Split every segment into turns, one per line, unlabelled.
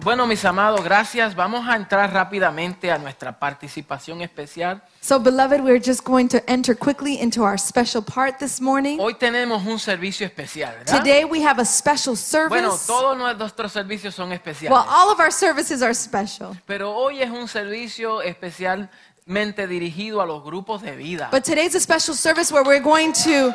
Bueno, mis amados, gracias. Vamos a entrar rápidamente a nuestra participación especial.
So, beloved, we're just going to enter quickly into our special part this morning.
Hoy tenemos un servicio especial, ¿verdad?
Today, we have a special
bueno,
service.
todos nuestros servicios son especiales,
Well, all of our services are special,
pero hoy es un servicio especialmente dirigido a los grupos de vida.
but today's a special service where we're going to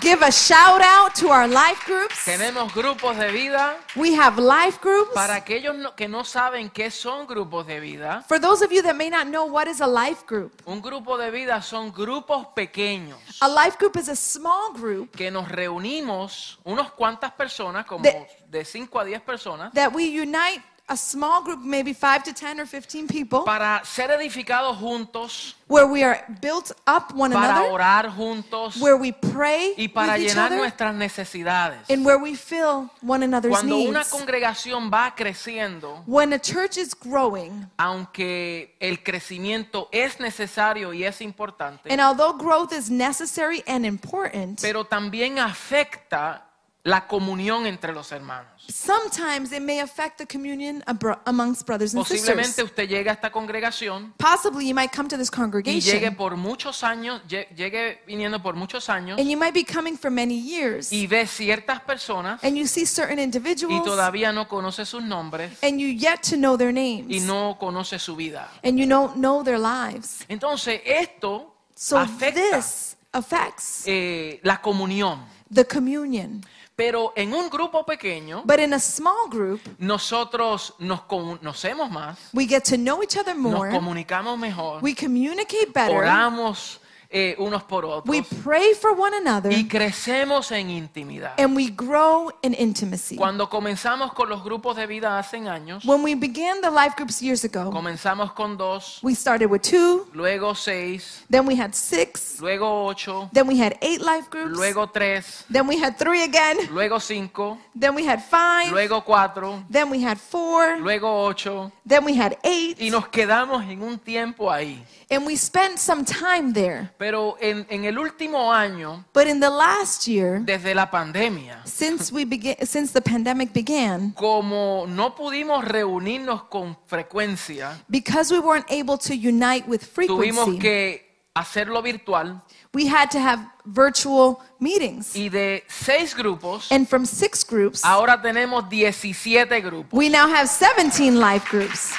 give a shout out to our life groups.
Tenemos grupos de vida.
We have life groups.
Para aquellos no- que no saben qué son grupos de vida,
For those of you that may not know what is a life group,
un grupo de vida son grupos pequeños
a life group is a small group
que nos reunimos unos cuantas personas, como
De-
de 5 a 10 personas,
that we unite a small group, maybe 5 to 10 or 15 people,
para ser edificados juntos,
where we are built up one
para
another,
orar juntos
where we pray
y para
with each
llenar
other,
nuestras necesidades.
and where we fill one another's
Cuando una
needs.
congregación va creciendo,
When a church is growing,
aunque el crecimiento es necesario y es importante,
and although growth is necessary and important,
pero también afecta la comunión entre los hermanos.
sometimes it may affect the communion abro- amongst brothers and
Posiblemente
sisters.
usted llegue a esta congregación
Possibly you might come to this
y llegue
congregation,
por muchos años, lle- llegue viniendo por muchos años
and you might be coming for many years,
y ve ciertas personas
and you see certain
y
individuals,
todavía no conoce sus nombres
and you yet to know their
y
names,
no conoce su vida.
and you don't know their lives.
Entonces esto
So
afecta
this affects
eh, la comunión.
the communion.
Pero en un grupo pequeño
But in a small group,
nosotros nos conocemos más,
we get to know each other
nos
more,
comunicamos mejor,
we communicate better,
oramos eh, unos por
we
otros
pray for one another,
y crecemos en intimidad.
and we grow in intimacy.
Cuando comenzamos con los grupos de vida hace años,
When we began the life groups years ago,
comenzamos con dos,
we started with two,
luego seis,
then we had six,
luego ocho,
then we had eight life groups,
luego tres,
then we had three again,
luego cinco,
then we had five,
luego cuatro,
then we had four,
luego ocho,
then we had
y
eight,
nos quedamos en un tiempo ahí.
and we spent some time there.
Pero en, en el último año,
But in the last year,
desde la pandemia,
since we began, since the pandemic began,
como no pudimos reunirnos con frecuencia,
because we weren't able to unite with
tuvimos
frequency,
que hacerlo virtual
we had to have virtual meetings.
y de seis grupos,
And from six groups,
ahora tenemos 17 grupos.
we now have 17 life groups.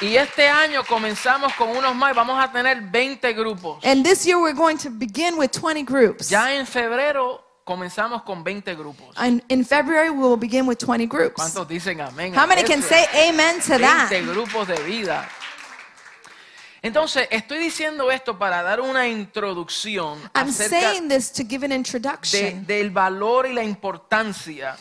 Y este año comenzamos con unos más, y vamos a tener 20 grupos.
And this year we're going to begin with 20 groups.
Ya en febrero comenzamos con 20 grupos.
And in February we will begin with 20 groups.
¿Cuántos dicen amén? a
How many can
eso?
say amen to
20
that?
grupos de vida. Entonces, estoy diciendo esto para dar una introducción
I'm
acerca
saying this to give an
de-
introduction,
del valor y la importancia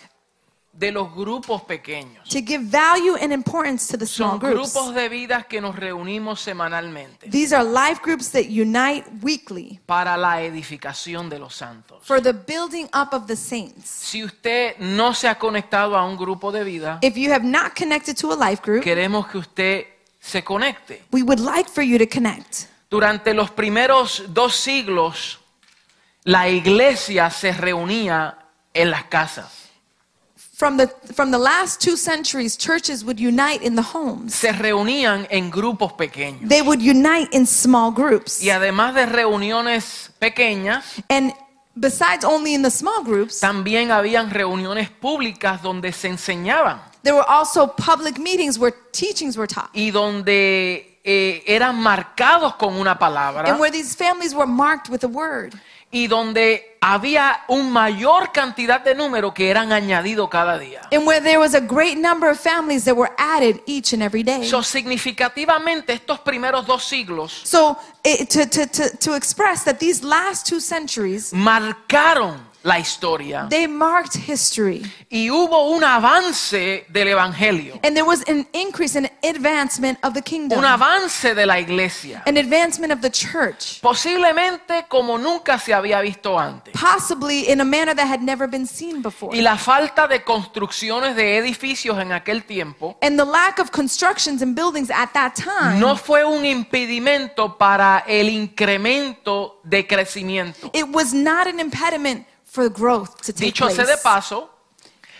de los grupos pequeños.
to give value and importance to the small
Son
groups.
grupos de vidas que nos reunimos semanalmente
These are life groups that unite weekly
para la edificación de los santos.
for the building up of the saints.
Si usted no se ha conectado a un grupo de vida,
If you have not connected to a life group,
queremos que usted se conecte.
we would like for you to connect.
Durante los primeros dos siglos, la iglesia se reunía en las casas.
From the, from the last two centuries, churches would unite in the homes.
Se reunían en grupos pequeños.
They would unite in small groups.
Y además de reuniones pequeñas,
And besides only in the small groups,
también habían reuniones públicas donde se enseñaban
there were also public meetings where teachings were taught
y donde eh, eran marcados con una palabra
and where these families were marked with a word
y donde había un mayor cantidad de números que eran añadidos cada día.
and where there was a great number of families that were added each and every day.
So, significativamente, estos primeros dos siglos
So, it, to, to, to, to express that these last two centuries,
marcaron la historia
they marked history.
y hubo un avance del evangelio,
And there was an increase in advancement of the kingdom,
un avance de la iglesia,
an advancement of the church,
posiblemente como nunca se había visto antes.
possibly in a manner that had never been seen before.
Y la falta de construcciones de edificios en aquel tiempo
And the lack of constructions and buildings at that time
no fue un impedimento para el incremento de crecimiento.
it was not an impediment for growth to take
Dicho sea de
place.
paso,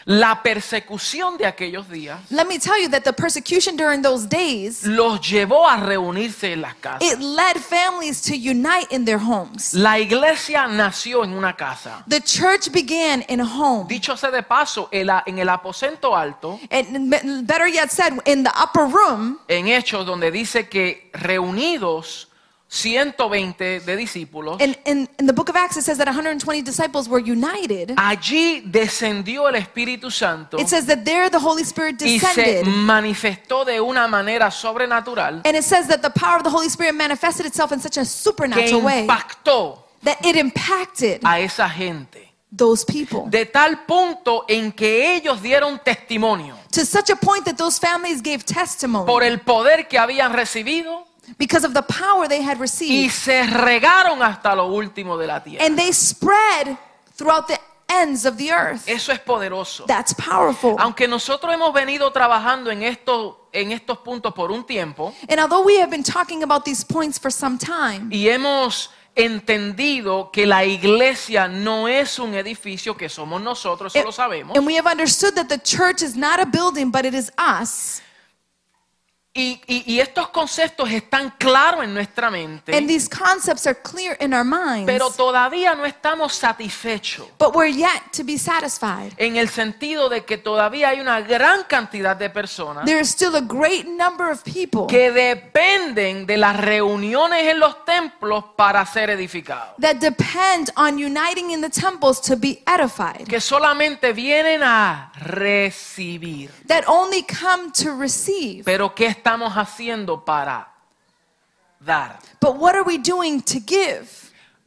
La persecución de aquellos días
Let me tell you that the persecution during those days,
los llevó a reunirse en las casas.
it led families to unite in their homes.
La iglesia nació en una casa.
The church began in a home.
Dicho sea de paso, en la- en el aposento alto,
And m- better yet said, in the upper room,
en Hechos, donde dice que reunidos 120 de discípulos,
in, in, in the book of Acts, it says that 120 disciples were united.
allí descendió el Espíritu Santo
It says that there the Holy Spirit
y se
descended.
manifestó de una manera sobrenatural
And it says that the power of the Holy Spirit manifested itself in such a
que
supernatural way
impactó
that it impacted
a esa gente.
those people
De tal punto en que ellos dieron testimonio
to such a point that those families gave testimony
por el poder que habían recibido
because of the power they had
y
received.
se regaron hasta lo último de la tierra.
And they spread throughout the ends of the earth.
Eso es poderoso.
That's powerful.
Aunque nosotros hemos venido trabajando en, esto, en estos puntos por un tiempo
And although we have been talking about these points for some time,
y hemos entendido que la iglesia no es un edificio que somos nosotros, eso lo sabemos,
and we have understood that the church is not a building, but it is us.
y, y- y estos conceptos están claros en nuestra
And
mente,
these concepts are clear in our minds,
pero todavía no estamos satisfechos
but we're yet to be satisfied.
en el sentido de que todavía hay una gran cantidad de personas
There is still a great number of people
que dependen de las reuniones en los templos para ser edificados.
that depend on uniting in the temples to be edified,
Que solamente vienen a recibir.
that only come to receive.
Pero ¿qué estamos haciendo para dar?
But what are we doing to give?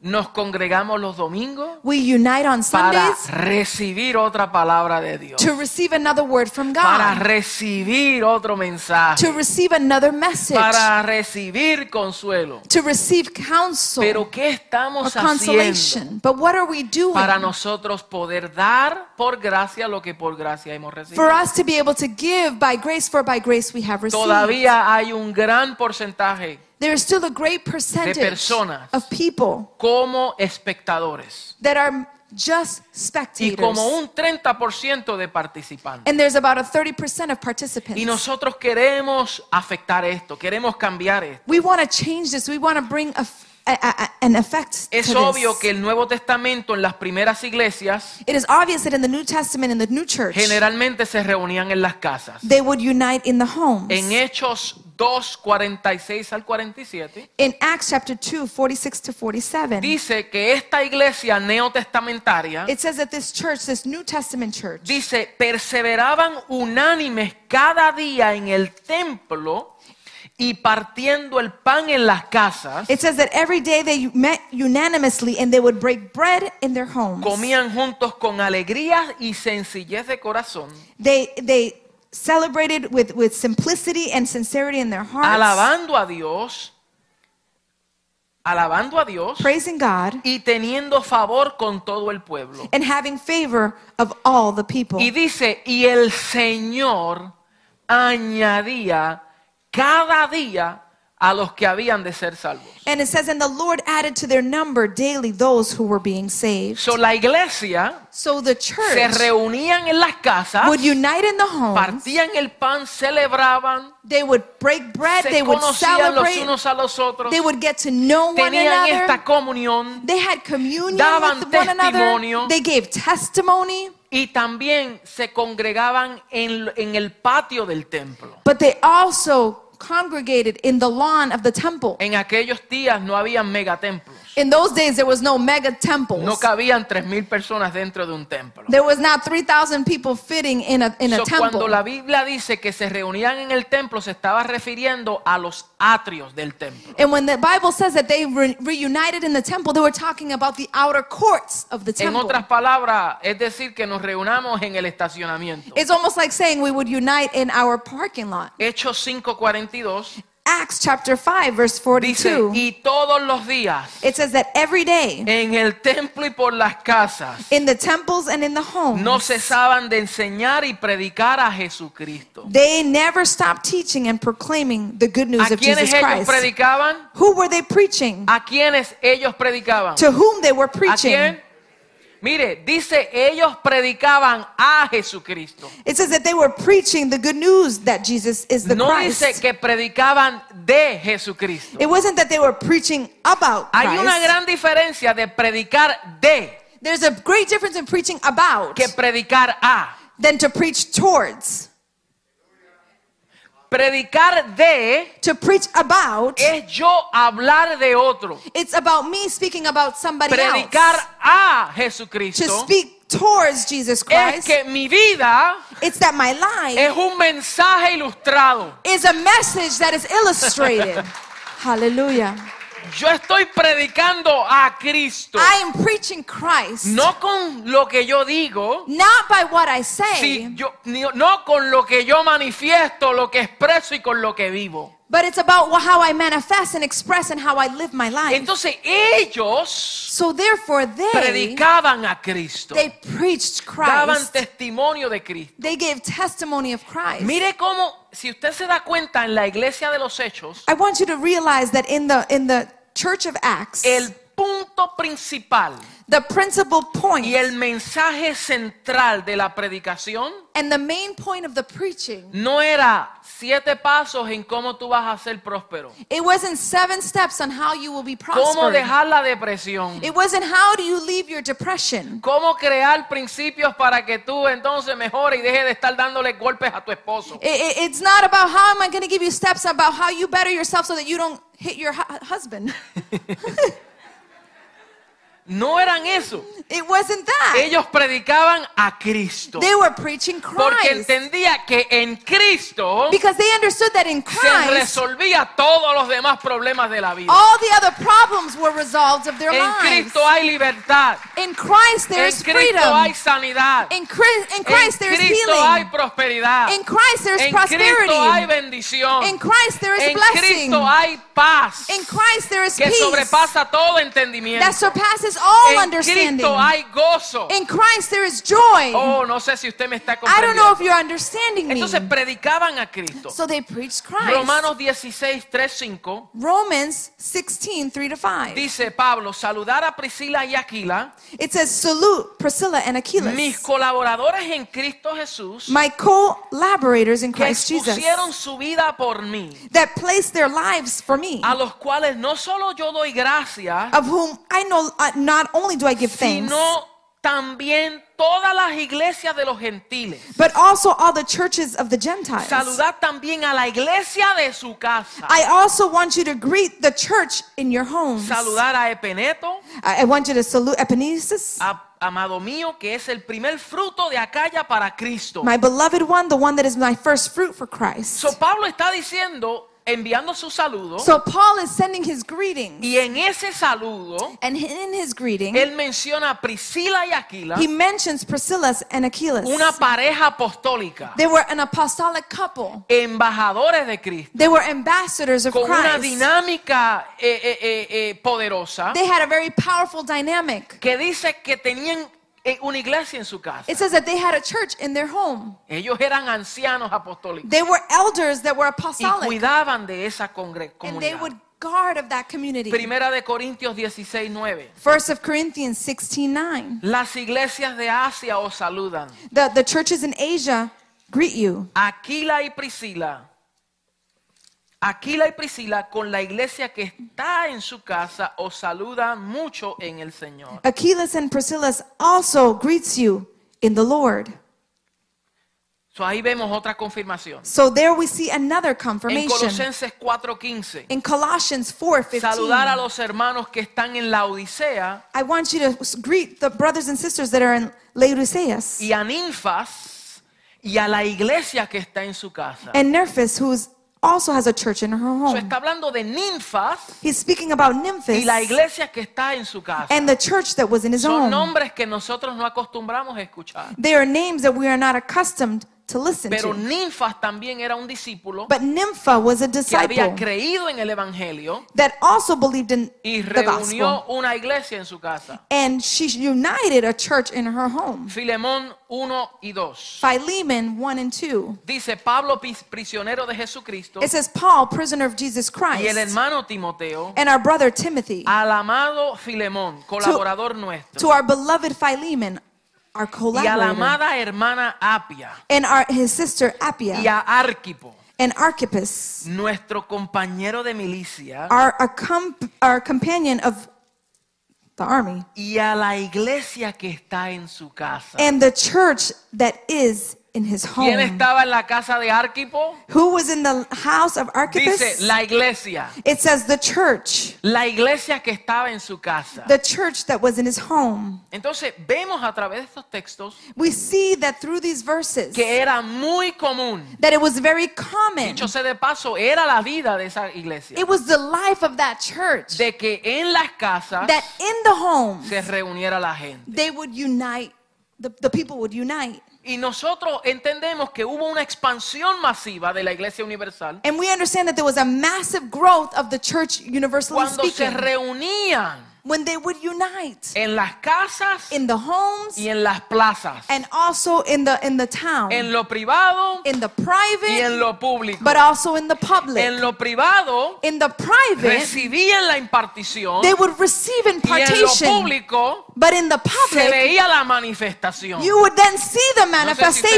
Nos congregamos los domingos
We unite on
para
Sundays
recibir otra palabra de Dios.
to receive another word from
Para
God,
recibir otro mensaje.
to receive another message,
Para recibir consuelo.
to receive counsel
Pero ¿qué
or
estamos haciendo?
consolation. But what are we doing
para nosotros poder dar por gracia lo que por gracia hemos recibido.
for us to be able to give by grace for by grace we have received?
Todavía hay un gran porcentaje
There is still a great percentage
personas.
of people
como espectadores
that are just
y
spectators.
como un 30% de participantes.
And there's about a 30% of participants.
Y nosotros queremos afectar esto, queremos cambiar esto.
we want to change this. We want to bring a, a, a, an effect to
Es
this.
obvio que el Nuevo Testamento en las primeras iglesias
It is obvious that in the New Testament, in the New Church,
generalmente se reunían en las casas.
they would unite in the homes.
En Hechos 2, 46 al 47
in Acts chapter 2, 46 to 47,
dice que esta iglesia neotestamentaria
it says that this church, this New Testament church,
Dice, perseveraban unánimes cada día en el templo y partiendo el pan en las casas,
it says that every day they met unanimously and they would break bread in their homes.
comían juntos con alegría y sencillez de corazón,
They, they celebrated with, with simplicity and sincerity in their hearts,
alabando a Dios, alabando a Dios
praising God.
y teniendo favor con todo el pueblo.
and having favor of all the people.
Y dice, y el Señor añadía cada día a los que habían de ser salvos.
And it says, and the Lord added to their number daily those who were being saved.
So, la iglesia
So the
se
church
reunían en las casas,
would unite in the home.
partían el pan, celebraban,
They would break bread. They
se
would
conocían los
celebrate.
unos a los otros,
They would get to know one
tenían
another.
esta comunión
They had communion
Daban
with one another.
testimonio.
They gave testimony.
y también se congregaban en, en el patio del templo.
But they also congregated in the lawn of the temple.
En aquellos días no habían megatemplos,
In those days, there was no mega
no
temples.
cabían 3.000 personas dentro de un templo.
There was not 3,000 people fitting in a, in a
So, cuando
temple.
la Biblia dice que se reunían en el templo, se estaba refiriendo a los atrios del templo.
And when the Bible says that they re- reunited in the temple, they were talking about the outer courts of the
En
temple.
otras palabras, es decir, que nos reunamos en el estacionamiento.
It's almost like saying we would unite in our parking lot.
Hechos 5:42
Acts chapter 5, verse
dice,
42,
y todos los días
it says that every day
en el templo y por las casas
in the temples and in the homes,
no cesaban de enseñar y predicar a Jesucristo.
they never stopped teaching and proclaiming the good
¿A
news of
quiénes
Jesus
ellos
Christ.
predicaban?
Who were they preaching?
¿A quiénes ellos predicaban?
To whom they were
¿A
preaching?
quién? Mire, dice, ellos predicaban a Jesucristo.
It says that they were preaching the good news that Jesus is the
No dice
Christ.
que predicaban de Jesucristo.
It wasn't that they were preaching about
Hay una
Christ.
gran diferencia de predicar de
There's a great difference in preaching about
que predicar a.
than to preach towards.
Predicar de
To preach about,
es yo hablar de otro.
it's about me speaking about somebody
Predicar
else.
a
To
Jesucristo
speak towards Jesus
es
Christ,
que mi vida
it's that my life
es un mensaje ilustrado.
is a message that is illustrated. Hallelujah.
Yo estoy predicando a Cristo.
I am preaching Christ,
No con lo que yo digo,
not by what I say,
si yo- ni- no con lo que yo manifiesto, lo que expreso y con lo que vivo.
but it's about wha- how I manifest and express and how I live my life.
Entonces ellos
so therefore, they
predicaban a Cristo,
they preached
daban
Christ.
testimonio de Cristo.
They gave testimony of Christ.
Mire cómo, si usted se da cuenta en la iglesia de los hechos,
I want you to realize that in the in the Church of Acts,
el punto principal
the principal point
y el mensaje central de la predicación
and the main point of the preaching,
no era siete pasos en cómo tú vas a ser próspero,
it wasn't seven steps on how you will be
cómo
prospered.
dejar la depresión,
It wasn't how do you leave your depression.
¿Cómo crear principios para que tú entonces mejores y deje de estar dándole golpes a tu esposo?
I- I- it's not about how am I going to give you steps about how you better yourself so that you don't hit your hu- husband.
No eran eso.
It wasn't that.
Ellos predicaban a Cristo.
They were preaching
Porque
Christ
entendía que en Cristo
because they understood that in
se
Christ
resolvía todos los demás problemas de la vida.
all the other problems were resolved of their
En
lives.
Cristo hay libertad.
In Christ there
En
is
Cristo
freedom.
hay sanidad.
In Christ, in
En
Christ there is
Cristo hay
healing.
prosperidad.
In Christ there is
En Cristo hay
prosperity.
bendición.
In Christ there is
En
blessing.
Cristo hay paz
In Christ there is
que
peace
sobrepasa todo entendimiento.
that surpasses all
en
understanding.
Cristo hay gozo.
In Christ there is joy.
Oh, no sé si usted me está
I don't know
comprendiendo.
if you're understanding me.
Entonces predicaban a Cristo.
So they preached Christ.
Romanos 16, 3, 5
Romans 16, 3 to 5.
dice Pablo, saludar a Priscila y Aquila,
It says, Salute Priscilla and
mis
Achilles,
colaboradores en Cristo Jesús,
my co laborators in
que
Christ Jesus,
pusieron su vida por mí,
that placed their lives for me,
a los cuales no solo yo doy gracias,
of whom I know uh, not only do I give thanks,
sino también todas las iglesias de los gentiles.
but also all the churches of the Gentiles.
Saludad también a la iglesia de su casa.
I also want you to greet the church in your homes. I,
Saludar a Epeneto,
I want you to salute Epinesis,
a- amado mío, que es el primer fruto de Acaya para Cristo.
my beloved one, the one that is my first fruit for Christ.
So Pablo está diciendo, enviando su saludo,
So Paul is sending his greeting,
y en ese saludo,
and in his greeting,
él menciona a Priscila y Aquila,
He mentions Priscilla and Achilles.
una pareja apostólica,
They were an apostolic couple.
embajadores de Cristo,
They were ambassadors of
con una
Christ.
dinámica eh, eh, eh, eh, poderosa,
They had a very powerful dynamic.
que dice que tenían eh, una iglesia en su casa.
It says that they had a church in their home.
Ellos eran ancianos apostólicos
They were elders that were
y
apostolic,
cuidaban de esa congre-
and they
comunidad.
would guard of that community.
Primera de Corintios 16, 9.
First of Corinthians 16:9.
Las iglesias de Asia os saludan.
The the churches in Asia greet you.
Aquila y Priscila. Aquila y Priscila con la iglesia que está en su casa os saludan mucho en el Señor.
Achilles and Priscilla also greets you in the Lord.
So, ahí vemos otra confirmación.
So there we see another
En
confirmation.
Colosenses 4:15.
In Colossians 4:15.
Saludar a los hermanos que están en la Odisea
I want you to s- greet the brothers and sisters that are in Laodicea
y a Ninfas y a la iglesia que está en su casa.
and Nerphis, who also has a church in her
So,
home.
está hablando de ninfas
He's speaking about
y la
Nymphis
iglesia que está en su casa.
and the church that was in his
Son
home.
nombres que nosotros no acostumbramos a escuchar.
They are names that we are not accustomed
to listen
Pero
to.
Ninfas también era un discípulo
But Nympha was a
que había
disciple
creído en el Evangelio
that also believed in
y
the gospel.
reunió una iglesia en su casa.
And she united a church in her home.
Filemón 1 y 2.
Philemon 1 and 2.
Dice Pablo, pis- prisionero de Jesucristo,
It says, Paul, prisoner of Jesus
y el
Christ,
hermano Ah, Timoteo,
and our brother Timothy,
al amado Filemón, colaborador
to
nuestro,
our beloved Philemon,
y
our
a la
collaborator,
amada hermana Apia,
and our, his sister
y
Appia,
a Arquipo,
and Archippus,
nuestro compañero de milicia,
our, accom- our companion of the army,
y a la iglesia que está en su casa.
and the church that is in his
¿Quién
home.
estaba en la casa de Arquipo?
Who was in the house of
Dice
Archippus?
la iglesia,
It says the church,
la iglesia que estaba en su casa.
the church that was in his home.
Entonces vemos a través de estos textos
We see that through these verses
que era muy común.
that it was very common.
Dicho sea de paso, era la vida de esa iglesia.
It was the life of that church
de que en las casas
that in the home
se reuniera la gente.
they would unite, the, the people would unite.
Y nosotros entendemos que hubo una expansión masiva de la iglesia universal
And we understand that there was a massive growth of the church, universally
cuando se
speaking,
reunían
when they would unite
en las casas
in the homes
y en las plazas,
and also in the in the town,
en lo privado
in the
y en
private,
lo público.
but also in the public.
En lo privado
In the private,
recibían la impartición
they would receive
y en lo
impartation,
público
but in the
se
public,
veía la manifestación.
you would then see
sé si
the
usted me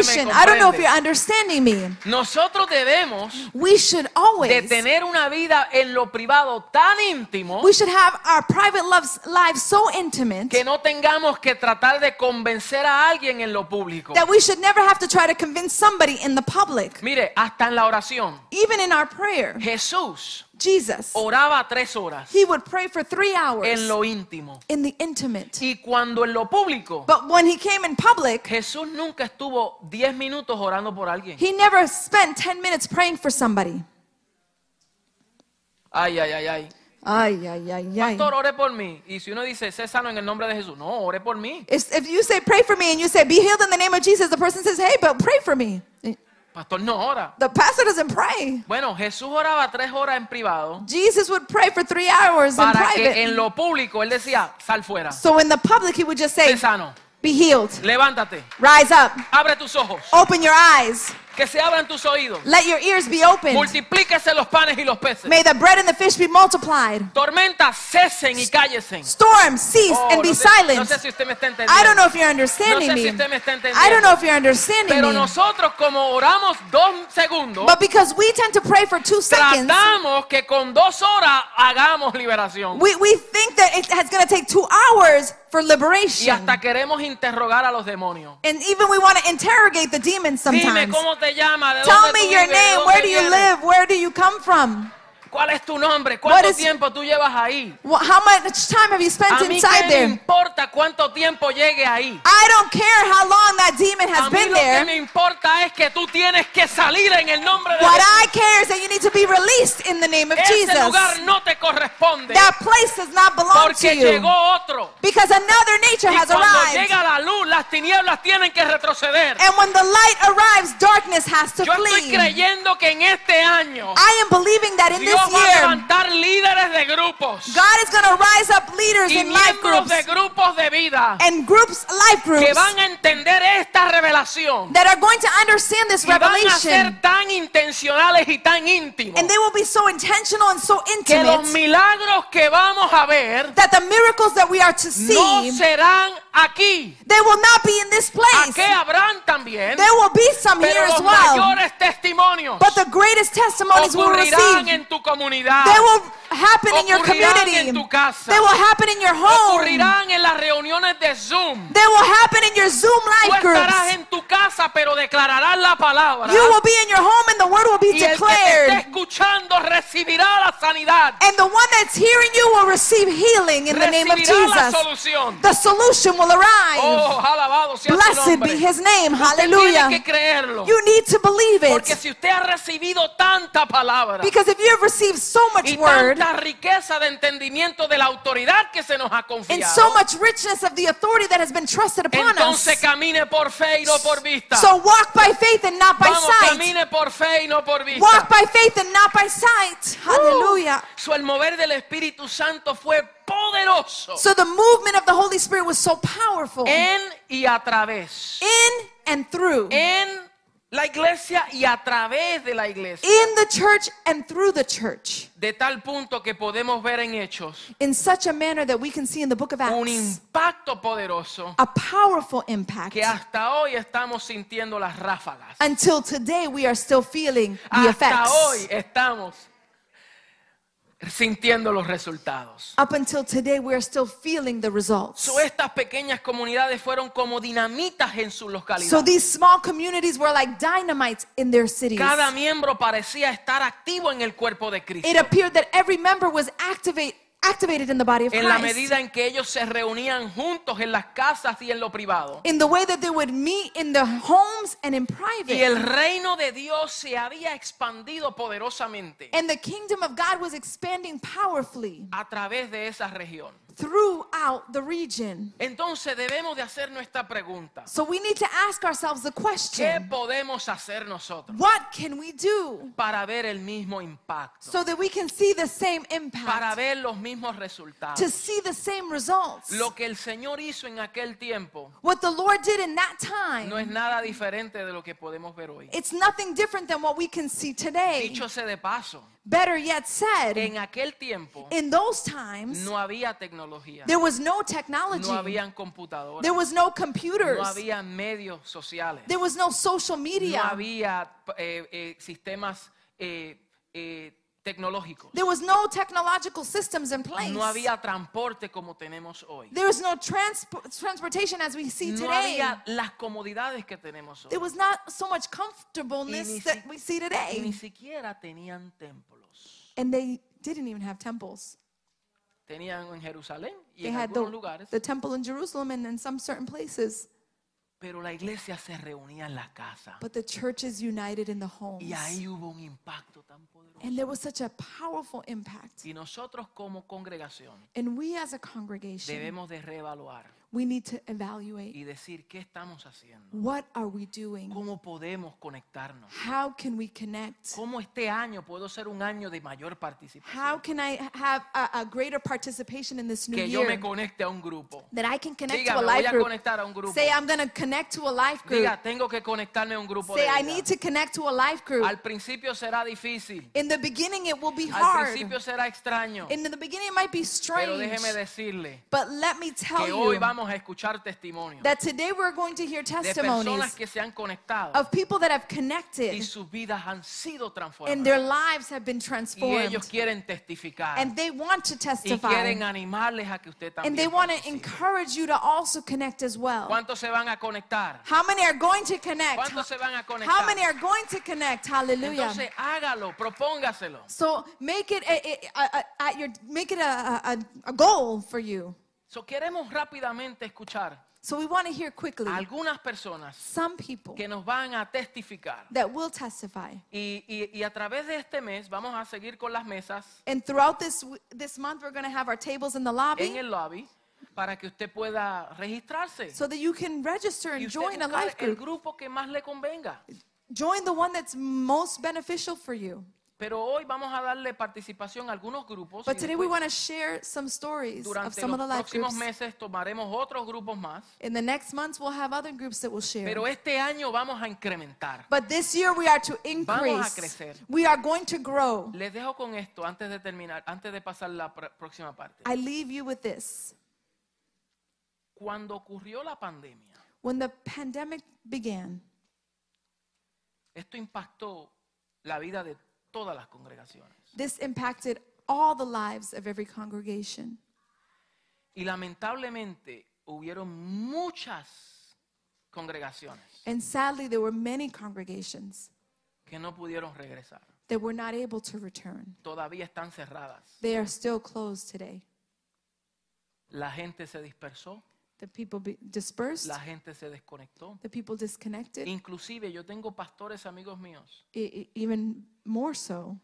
manifestation. I don't know if
comprende.
you're understanding me.
Nosotros debemos
We should
de
always
tener una vida en lo privado tan íntimo
we should have our private loves lives so intimate
que no tengamos que tratar de convencer a alguien en lo público.
that we should never have to try to convince somebody in the public,
Mire, hasta en la oración,
even in our prayer.
Jesús
Jesus,
oraba tres horas
he would pray for three
Oh. en
hours
lo íntimo.
in the intimate.
Y cuando en lo público,
But when he came in public,
Jesús nunca estuvo 10 minutos orando por alguien.
he never spent 10 minutes praying for somebody.
Ay, ay, ay, ay.
Ay, ay, ay, ay.
Pastor, ore por mí. Y si uno dice, sé sano en el nombre de Jesús, no, ore por mí.
If, if you say, pray for me, and you say, be healed in the name of Jesus, the person says, hey, but pray for me. The
Pastor, no ora.
pastor doesn't pray.
Bueno, Jesús oraba tres horas en privado
Jesus would pray for three hours in
para que
private.
en lo público él decía, sal fuera,
So in the public, he would just say,
sé sano,
be healed,
levántate,
rise up,
abre tus ojos.
open your eyes,
Que se abran tus oídos.
let your ears be opened.
Multiplíquese los panes y los peces.
May the bread and the fish be multiplied.
Tormentas cesen y cállesen.
Storms cease
Oh,
and be
no, sé, no
silent.
sé si usted me está entendiendo.
I don't know if you're understanding
No sé si
me.
usted me está entendiendo.
I don't know if you're understanding
Pero
me.
nosotros como oramos dos segundos,
But because we tend to pray for two seconds,
tratamos que con dos horas hagamos liberación.
we, we think that it has going to take two hours for
Y
liberation.
hasta queremos interrogar a los demonios.
And even we want to interrogate the demons
Dime
sometimes.
cómo te llamas, de
Tell
dónde tú
me your
vives, de
name.
dónde
Where do you
vienes,
live? Where do you come from?
cuál es tu nombre, cuánto
is-
tiempo tú llevas ahí.
Wha- How much time have you
A
spent
mí qué
inside
me
there?
importa cuánto tiempo llegue ahí.
I don't care how long that demon
A
has
mí
been
lo que
there.
me importa es que tú tienes que salir en el nombre de
What
Jesús.
I care is that you need to be released in the name of
Ese
Jesus.
lugar no te corresponde
That place does not belong to
porque
you.
llegó otro.
Because another nature
Y
has
cuando
arrived.
llega la luz, las tinieblas tienen que retroceder.
And when the light arrives, darkness has to
Yo estoy
flee.
creyendo que en este año
I am believing that in
Dios
this
va a
year,
levantar líderes de grupos
God is going to rise up leaders
y
in life
miembros
groups
de grupos de vida
and groups, life
que
groups,
van a entender esta revelación
that are going to understand this
y van a
revelation.
ser tan intencionales y tan íntimos
And they will be so intentional and so
que los
intimate
milagros que vamos a ver
that the miracles that we are to
no
see,
serán aquí.
they will not be in this place.
Aquí habrán también,
There will be some here
pero
as
los
well.
mayores testimonios
But the greatest testimonies will
ocurrirán
receive.
en tu comunidad,
They will happen in your
Ocurrirán
community.
en tu casa.
They will happen in your home.
ocurrirán en las reuniones de Zoom.
They will happen in your Zoom
Tú
life
estarás
groups.
en tu casa, pero declararás la palabra.
You will be in your home and the word will be
y el que te esté
declared.
escuchando recibirá la sanidad,
And the one that's hearing you will receive healing in the name of
recibirá la
Jesus.
solución.
The solution will
Oh,
arrive.
alabado sea tu
Blessed
nombre.
be his name.
Tienes
Hallelujah.
que creerlo,
You need to believe
porque
it.
si usted ha recibido tanta palabra
Because if you have received so much
y
Lord.
word
la riqueza de entendimiento de la autoridad que se nos ha
And so
confiado.
much richness of the authority that has been trusted upon us.
Entonces camine por fe y no por vista.
So walk by faith and not by
Vamos,
sight.
camine por fe y no por
Walk
vista. Uh.
by faith and not by sight. Hallelujah.
So el mover del Espíritu Santo fue poderoso
So the movement of the Holy Spirit was so powerful in
en y a través.
and through.
Eh. En la iglesia y a través de la iglesia.
In the church and through the church.
De tal punto que podemos ver en hechos
In such a manner that we can see in the book of
un
Acts
impacto poderoso
a powerful impact.
que hasta hoy estamos sintiendo las ráfagas.
Until today, we are still feeling the
Hasta hoy
effects.
estamos sintiendo los resultados.
Up until today, we are still feeling the results.
So, estas pequeñas comunidades fueron como dinamitas en su
So
localidad.
these small communities were like dynamites in their cities.
Cada miembro parecía estar activo en el cuerpo de
It
Cristo.
appeared that every member was activate, activated in the body of
En la
Christ.
medida en que ellos se reunían juntos en las casas y en lo privado.
In the way that they would meet in their homes and in
Y el
private.
reino de Dios se había expandido poderosamente
And the kingdom of God was expanding powerfully
a través de esa región.
throughout the region.
Entonces debemos de hacer nuestra pregunta.
So we need to ask ourselves the
¿Qué
question
podemos hacer nosotros
what can we do
para ver el mismo impacto?
so that we can see the same
Para
impact,
ver los mismos
to
resultados.
see the same results?
Lo que el Señor hizo en aquel tiempo
What the Lord did in that
no
time,
es nada diferente de lo que podemos ver hoy.
it's nothing different than what we can see today.
Dicho sea de paso,
Better yet said,
en aquel tiempo
in those times,
no había tecnología,
there was no
no
technology,
habían computadoras,
there was no
no
computers,
había medios sociales,
there was no social
no
media,
había eh, eh, sistemas eh, eh, tecnológicos,
there was no technological systems in place,
no había transporte como tenemos hoy,
there was no transpo- transportation as we see
no
today.
había las comodidades que tenemos
There
hoy,
was not so much
Y ni
comfortableness
si-
that we see
y ni
today,
siquiera tenían templos.
and they didn't even have temples.
Tenían en Jerusalén y
They
en
had
algunos
the,
lugares,
the temple in Jerusalem and in some certain places,
pero la iglesia se reunía en la casa
but the churches united in the homes.
y ahí hubo un impacto tan poderoso.
And there was such a powerful impact.
Y nosotros como congregación
And we as a congregation,
debemos de reevaluar
we need to evaluate
y decir qué estamos haciendo,
what are we doing?
cómo podemos conectarnos,
How can we connect?
cómo este año puedo ser un año de mayor
How
participación,
can I have a, a greater participation in this new
que yo me
year?
conecte a un grupo.
That I can connect
Diga,
to a
me voy
life
a
group.
conectar a un grupo.
Say, I'm going to connect to a life group.
Diga, tengo que conectarme a un grupo de
Say, I
vida.
need to connect to a life group.
Al principio será difícil,
In the beginning, it will be
al
hard.
principio será extraño,
In the beginning, it might be
pero
strange.
déjeme decirle
But let me tell
que hoy
you
vamos a escuchar testimonios
that today we're going to hear
de personas
testimonies
que se han conectado
of people that have
y
connected
sus vidas han sido
and
transformadas.
their lives have been
Y ellos
transformed
quieren testificar.
and they want to
y
testify
quieren animarles a que usted también.
and they want to
participe.
encourage you to also connect as well
¿Cuántos se van a conectar?
how many are going to connect
¿Cuántos se van a conectar?
how many are going to connect hallelujah
Entonces hágalo, propóngaselo.
so make it a, a, a, a- at your make it a, a, a goal for you
So, queremos rápidamente escuchar
so we want to hear quickly
a algunas personas
some people
que nos van a testificar.
that will testify
Y, y- y a través de este mes vamos a seguir con las mesas
and throughout this w- this month we're going to have our tables in the
en
lobby
el lobby para que usted pueda registrarse
so that you can register
y
and
usted
join a
buscar
life
el
group
grupo que más le convenga.
join the one that's most beneficial for you
Pero hoy vamos a darle participación a algunos grupos. y
But today we
después
want to share some stories of
Durante
some of the
los
life
próximos
groups.
meses tomaremos otros grupos más,
In the next months, we'll have other groups that will share.
pero este año vamos a incrementar.
But this year we are to
a
increase.
crecer.
We are going to grow.
Les dejo con esto antes de terminar, antes de pasar la pr- próxima parte.
I leave you with this.
Cuando ocurrió la pandemia,
When the pandemic began,
esto impactó la vida de todas las congregaciones.
this impacted all the lives of every congregation.
Y lamentablemente hubieron muchas congregaciones
And sadly, there were many congregations
que no pudieron regresar.
that were not able to return.
Todavía están cerradas.
They are still closed today.
La gente se dispersó,
The people be dispersed,
la gente se desconectó.
the people disconnected,
Inclusive yo tengo pastores amigos míos
e- e- even more so.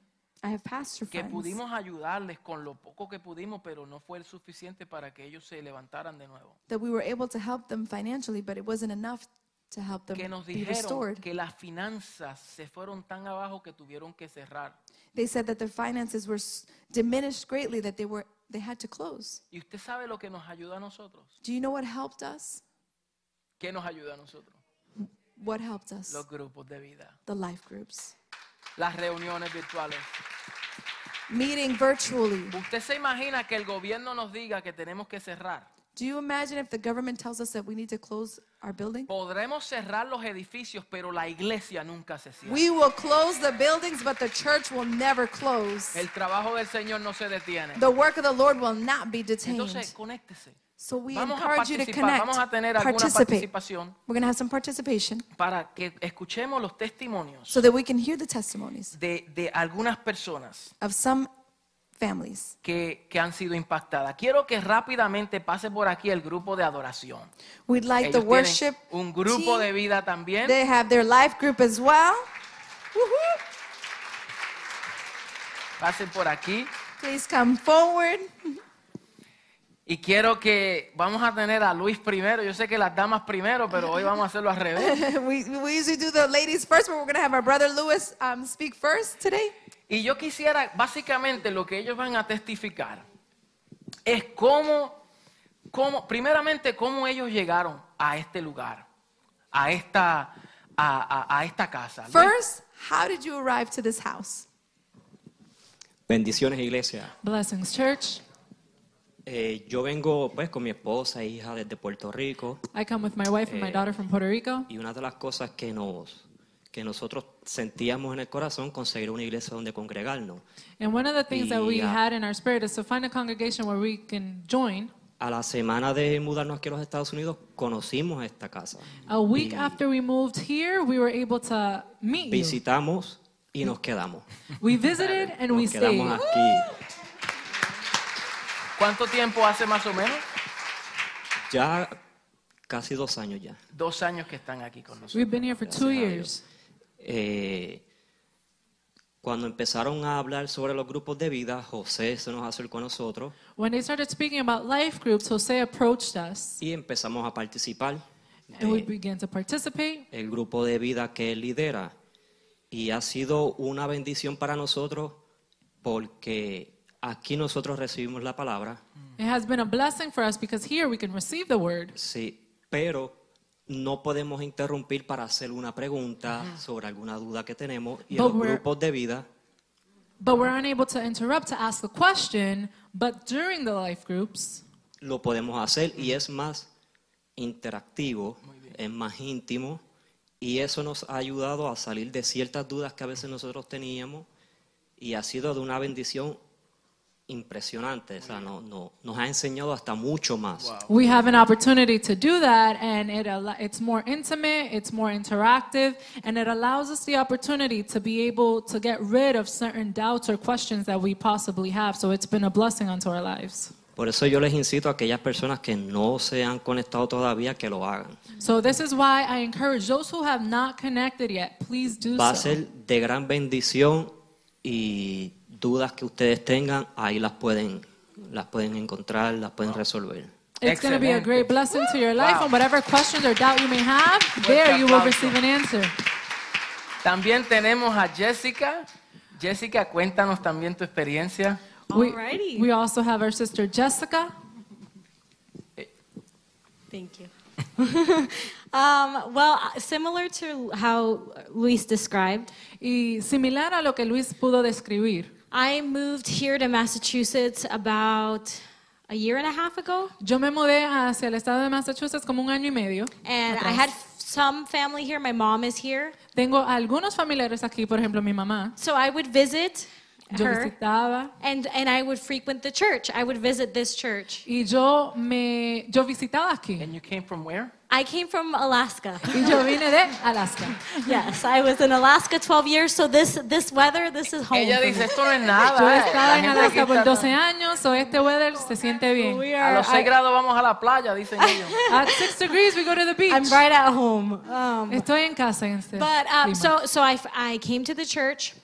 I have pastor
que
friends
pudimos ayudarles con lo poco que pudimos, pero no fue el suficiente para que ellos se levantaran de nuevo.
that we were able to help them financially, but it wasn't enough to help them
Que nos
be
dijeron
restored.
que las finanzas se fueron tan abajo que tuvieron que cerrar.
They said that their finances were s- diminished greatly, that they were they had to close.
Y usted sabe lo que nos ayuda a nosotros.
Do you know what helped us?
¿Qué nos ayuda a nosotros?
What helped us?
Los grupos de vida,
The life groups.
las reuniones virtuales.
Meeting virtually.
¿Usted se imagina que el gobierno nos diga que tenemos que cerrar?
Do you imagine if the government tells us that we need to close our building?
Podremos cerrar los edificios, pero la iglesia nunca se cierra.
We will close the buildings, but the church will never close.
El trabajo del Señor no se detiene.
The work of the Lord will not be
Entonces,
detained.
conéctese.
So we
Vamos a
encourage you to
participar,
connect,
vamos a tener alguna
participate.
participación
We're going to have some participation
para que escuchemos los testimonios
so that we can hear the testimonies
de, de algunas personas
of some families.
que, que han sido impactadas. Quiero que rápidamente pase por aquí el grupo de adoración.
We'd like
Ellos
the
tienen
worship
un grupo de
team.
vida también.
They have their life group as well. Woohoo!
Pasen por aquí.
Please come forward.
Y quiero que vamos a tener a Luis primero. Yo sé que las damas primero, pero hoy vamos a hacerlo al revés.
we, we usually do the ladies first, but we're going to have our brother Lewis um, speak first today.
Y yo quisiera, básicamente, lo que ellos van a testificar es cómo, cómo primeramente, cómo ellos llegaron a este lugar, a esta, a, a- a esta casa.
First, how did you arrive to this house?
Bendiciones, iglesia.
Blessings Church.
Eh, yo vengo pues con mi esposa e hija desde Puerto Rico
I come with my wife
Eh.
and my daughter from Puerto Rico.
y una de las cosas que nos que nosotros sentíamos en el corazón conseguir una iglesia donde congregarnos.
And one of the things that we
Yeah.
had in our spirit is to find a congregation where we can join.
A la semana de mudarnos aquí a los Estados Unidos conocimos esta casa.
A week
Mm.
after we moved here, we were able to meet you.
Visitamos y nos quedamos.
We visited and we
Nos
stayed.
quedamos aquí.
¿Cuánto tiempo hace más o menos?
Ya casi dos años ya.
Dos años que están aquí con nosotros.
We've been here for two
Gracias a Dios.
years.
Eh, cuando empezaron a hablar sobre los grupos de vida, José se nos acercó a nosotros
When they started speaking about life groups, Jose approached us
y empezamos a participar
and we
del
began to participate.
grupo de vida que él lidera. Y ha sido una bendición para nosotros porque aquí nosotros recibimos la palabra,
It has been a blessing for us because here we can receive the word,
sí, pero no podemos interrumpir para hacer una pregunta sobre alguna duda que tenemos. Y en
But
los
we're-
grupos de vida
but we're unable to interrupt to ask the question. But during the life groups,
lo podemos hacer y es más interactivo, es más íntimo y eso nos ha ayudado a salir de ciertas dudas que a veces nosotros teníamos y ha sido de una bendición impresionante, o sea, no, no- nos ha enseñado hasta mucho más.
We have an opportunity to do that, and it al- it's more intimate, it's more interactive, and it allows us the opportunity to be able to get rid of certain doubts or questions that we possibly have. So it's been a blessing onto our lives.
Por eso yo les incito a aquellas personas que no se han conectado todavía que lo hagan.
So this is why I encourage those who have not connected yet, please do
Va a
so.
ser de gran bendición y dudas que ustedes tengan, ahí las pueden, las pueden encontrar, las pueden resolver.
It's going to be a great
Excelente.
blessing to your life,
Wow.
and whatever questions or doubt you may have, there you will
aplauso.
receive an answer.
También tenemos a Jessica. Jessica, cuéntanos también tu experiencia.
We,
Alrighty.
we also have our sister Jessica.
Thank you. um, well, similar to how Luis described,
Y similar a lo que Luis pudo describir.
I moved here to Massachusetts about a year and a half ago,
Yo me mudé hacia el estado de Massachusetts como un año y medio.
and I
Atrás.
had f- some family here. My mom is here,
Tengo algunos familiares aquí, por ejemplo, mi mamá.
so I would visit
Yo
her,
visitaba
and and I would frequent the church. I would visit this church.
y yo me yo visitaba aquí.
And you came from where?
I came from Alaska.
Y yo vine de Alaska.
yes, I was in Alaska 12 years, so this this weather, this is home.
Ella
for me.
dice, esto no es
Oh, Yo
nada. eh. La
estaba en
gente aquí
Alaska por
está-
12 años, o este weather se siente bien.
A los 6 grados vamos a la playa, dicen ellos.
At 6 degrees we go to the
I'm
beach.
right at home. Um,
Estoy en casa en este
But um,
clima.
so so I, f- I came to the church.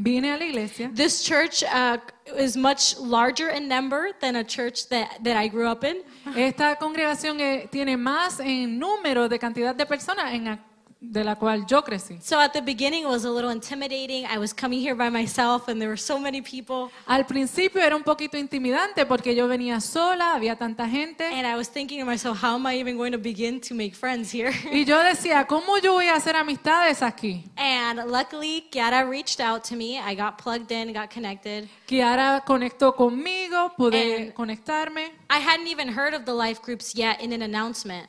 Vine a la iglesia.
This church uh, is much larger in number than a church that, that I grew up in.
Esta congregación eh, tiene más en número de cantidad de personas en la- de la cual yo crecí.
So at the beginning, it was a little intimidating. I was coming here by myself, and there were so many people.
Al principio era un poquito intimidante porque yo venía sola, había tanta gente.
And I was thinking to myself, how am I even going to begin to make friends here?
Y yo decía, ¿cómo yo voy a hacer amistades aquí?
And luckily, Kiara reached out to me. I got plugged in, got connected.
Kiara conectó conmigo, pude
And-
conectarme.
I hadn't even heard of the life groups yet in an announcement.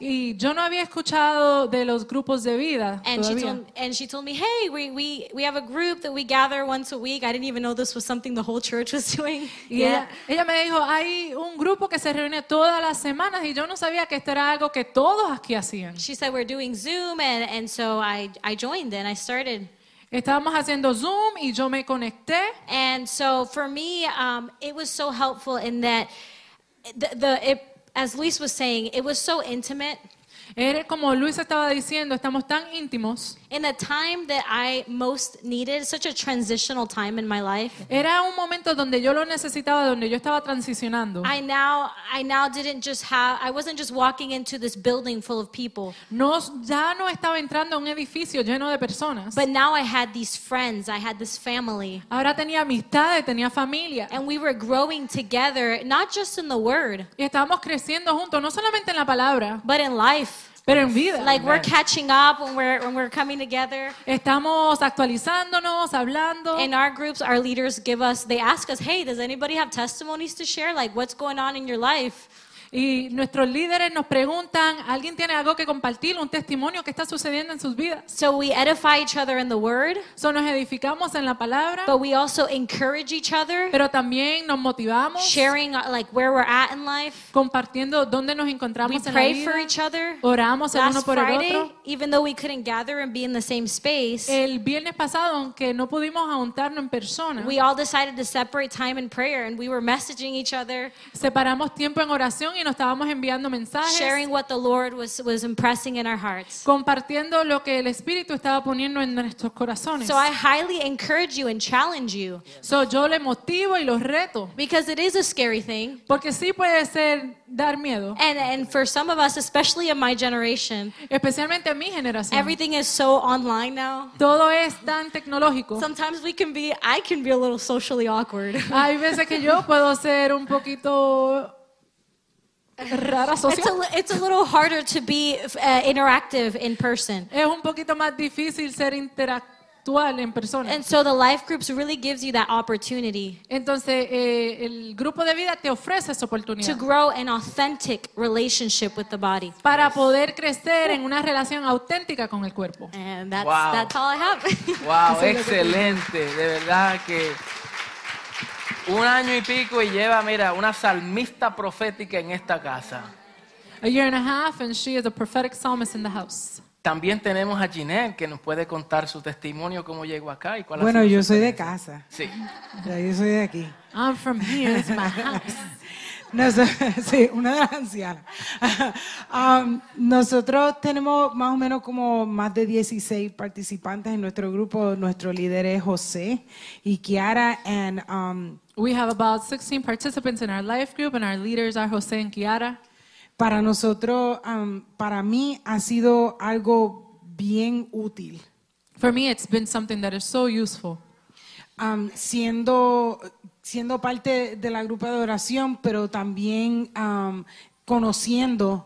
Y yo no había escuchado de los grupos de vida
And she,
todavía.
told, and she told me, hey, we, we, we have a group that we gather once a week. I didn't even know this was something the whole church was doing.
Y ella, ella me dijo, hay un grupo que se reúne todas las semanas y yo no sabía que esto era algo que todos aquí hacían.
She said, we're doing Zoom. And, and so I, I joined and I started.
Estábamos haciendo Zoom y yo me conecté.
And so for me, um, it was so helpful in that the, the it, as Luis was saying, it was so intimate.
Era como Luis estaba diciendo, estamos tan íntimos.
In the time that I most needed, such a transitional time in my life,
Era un momento donde yo lo necesitaba, donde yo estaba transicionando.
I now I now didn't just have I wasn't just walking into this building full of people,
No, ya no estaba entrando a un edificio lleno de personas.
but now I had these friends, I had this family,
Ahora tenía amistades, tenía familia.
and we were growing together, not just in the word,
Y estábamos creciendo juntos, no solamente en la palabra,
but in life.
pero en vida.
Like we're catching up when we're when we're coming together.
Estamos actualizándonos, hablando.
In our groups, our leaders give us, they ask us, hey, does anybody have testimonies to share? Like, what's going on in your life?
Y nuestros líderes nos preguntan, ¿alguien tiene algo que compartir, un testimonio que está sucediendo en sus vidas?
So we edify each other in the word,
So, nos edificamos en la palabra,
but we also encourage each other,
pero también nos motivamos
sharing uh, like where we're at in life.
compartiendo dónde nos
We
encontramos en la
pray for
vida.
each other.
Oramos el uno
Last
por el
Friday,
otro.
even though we couldn't gather and be in the same space,
El viernes pasado, aunque no pudimos juntarnos en persona,
we all decided to separate time in prayer and we were messaging each other,
separamos tiempo en oración y nos estábamos enviando mensajes,
sharing what the Lord was, was impressing in our hearts.
compartiendo lo que el Espíritu estaba poniendo en nuestros corazones.
So I highly encourage you and challenge you
So, yo le motivo y los reto.
because it is a scary thing.
Porque sí puede ser dar miedo,
And and for some of us, especially in my generation,
especialmente en mi generación.
everything is so online now.
Todo es tan tecnológico.
Sometimes we can be I can be a little socially awkward.
Hay veces que yo puedo ser un poquito rara
It's a,
social.
li- it's a little harder to be uh, interactive in person.
Es un poquito más difícil ser interactual en persona.
And so the life groups really gives you that opportunity
Entonces, eh, el grupo de vida te ofrece esa
to
oportunidad
grow an authentic relationship with the body.
para poder crecer en una relación auténtica con el cuerpo.
And that's
Wow.
that's all I have.
Wow, excelente, de verdad que un año y pico y lleva, mira, una salmista profética en esta casa.
A year and a half, and she is a prophetic psalmist in the house.
También tenemos a Ginette que nos puede contar su testimonio, cómo llegó acá y cuál ha
Bueno,
sido
yo
su
soy de
experiencia.
casa.
Sí.
Ya, yo soy de aquí.
I'm from here, it's my house.
Nos- sí, una de las ancianas. Um, nosotros tenemos más o menos como más de 16 participantes en nuestro grupo. Nuestro líder es José y Kiara. And, um,
We have about 16 participants in our life group, and our leaders are Jose and Kiara.
para nosotros, um, para mí, ha sido algo bien útil.
For me, it's been something that is so useful.
Um, siendo, siendo parte de la grupa de oración, pero también um, conociendo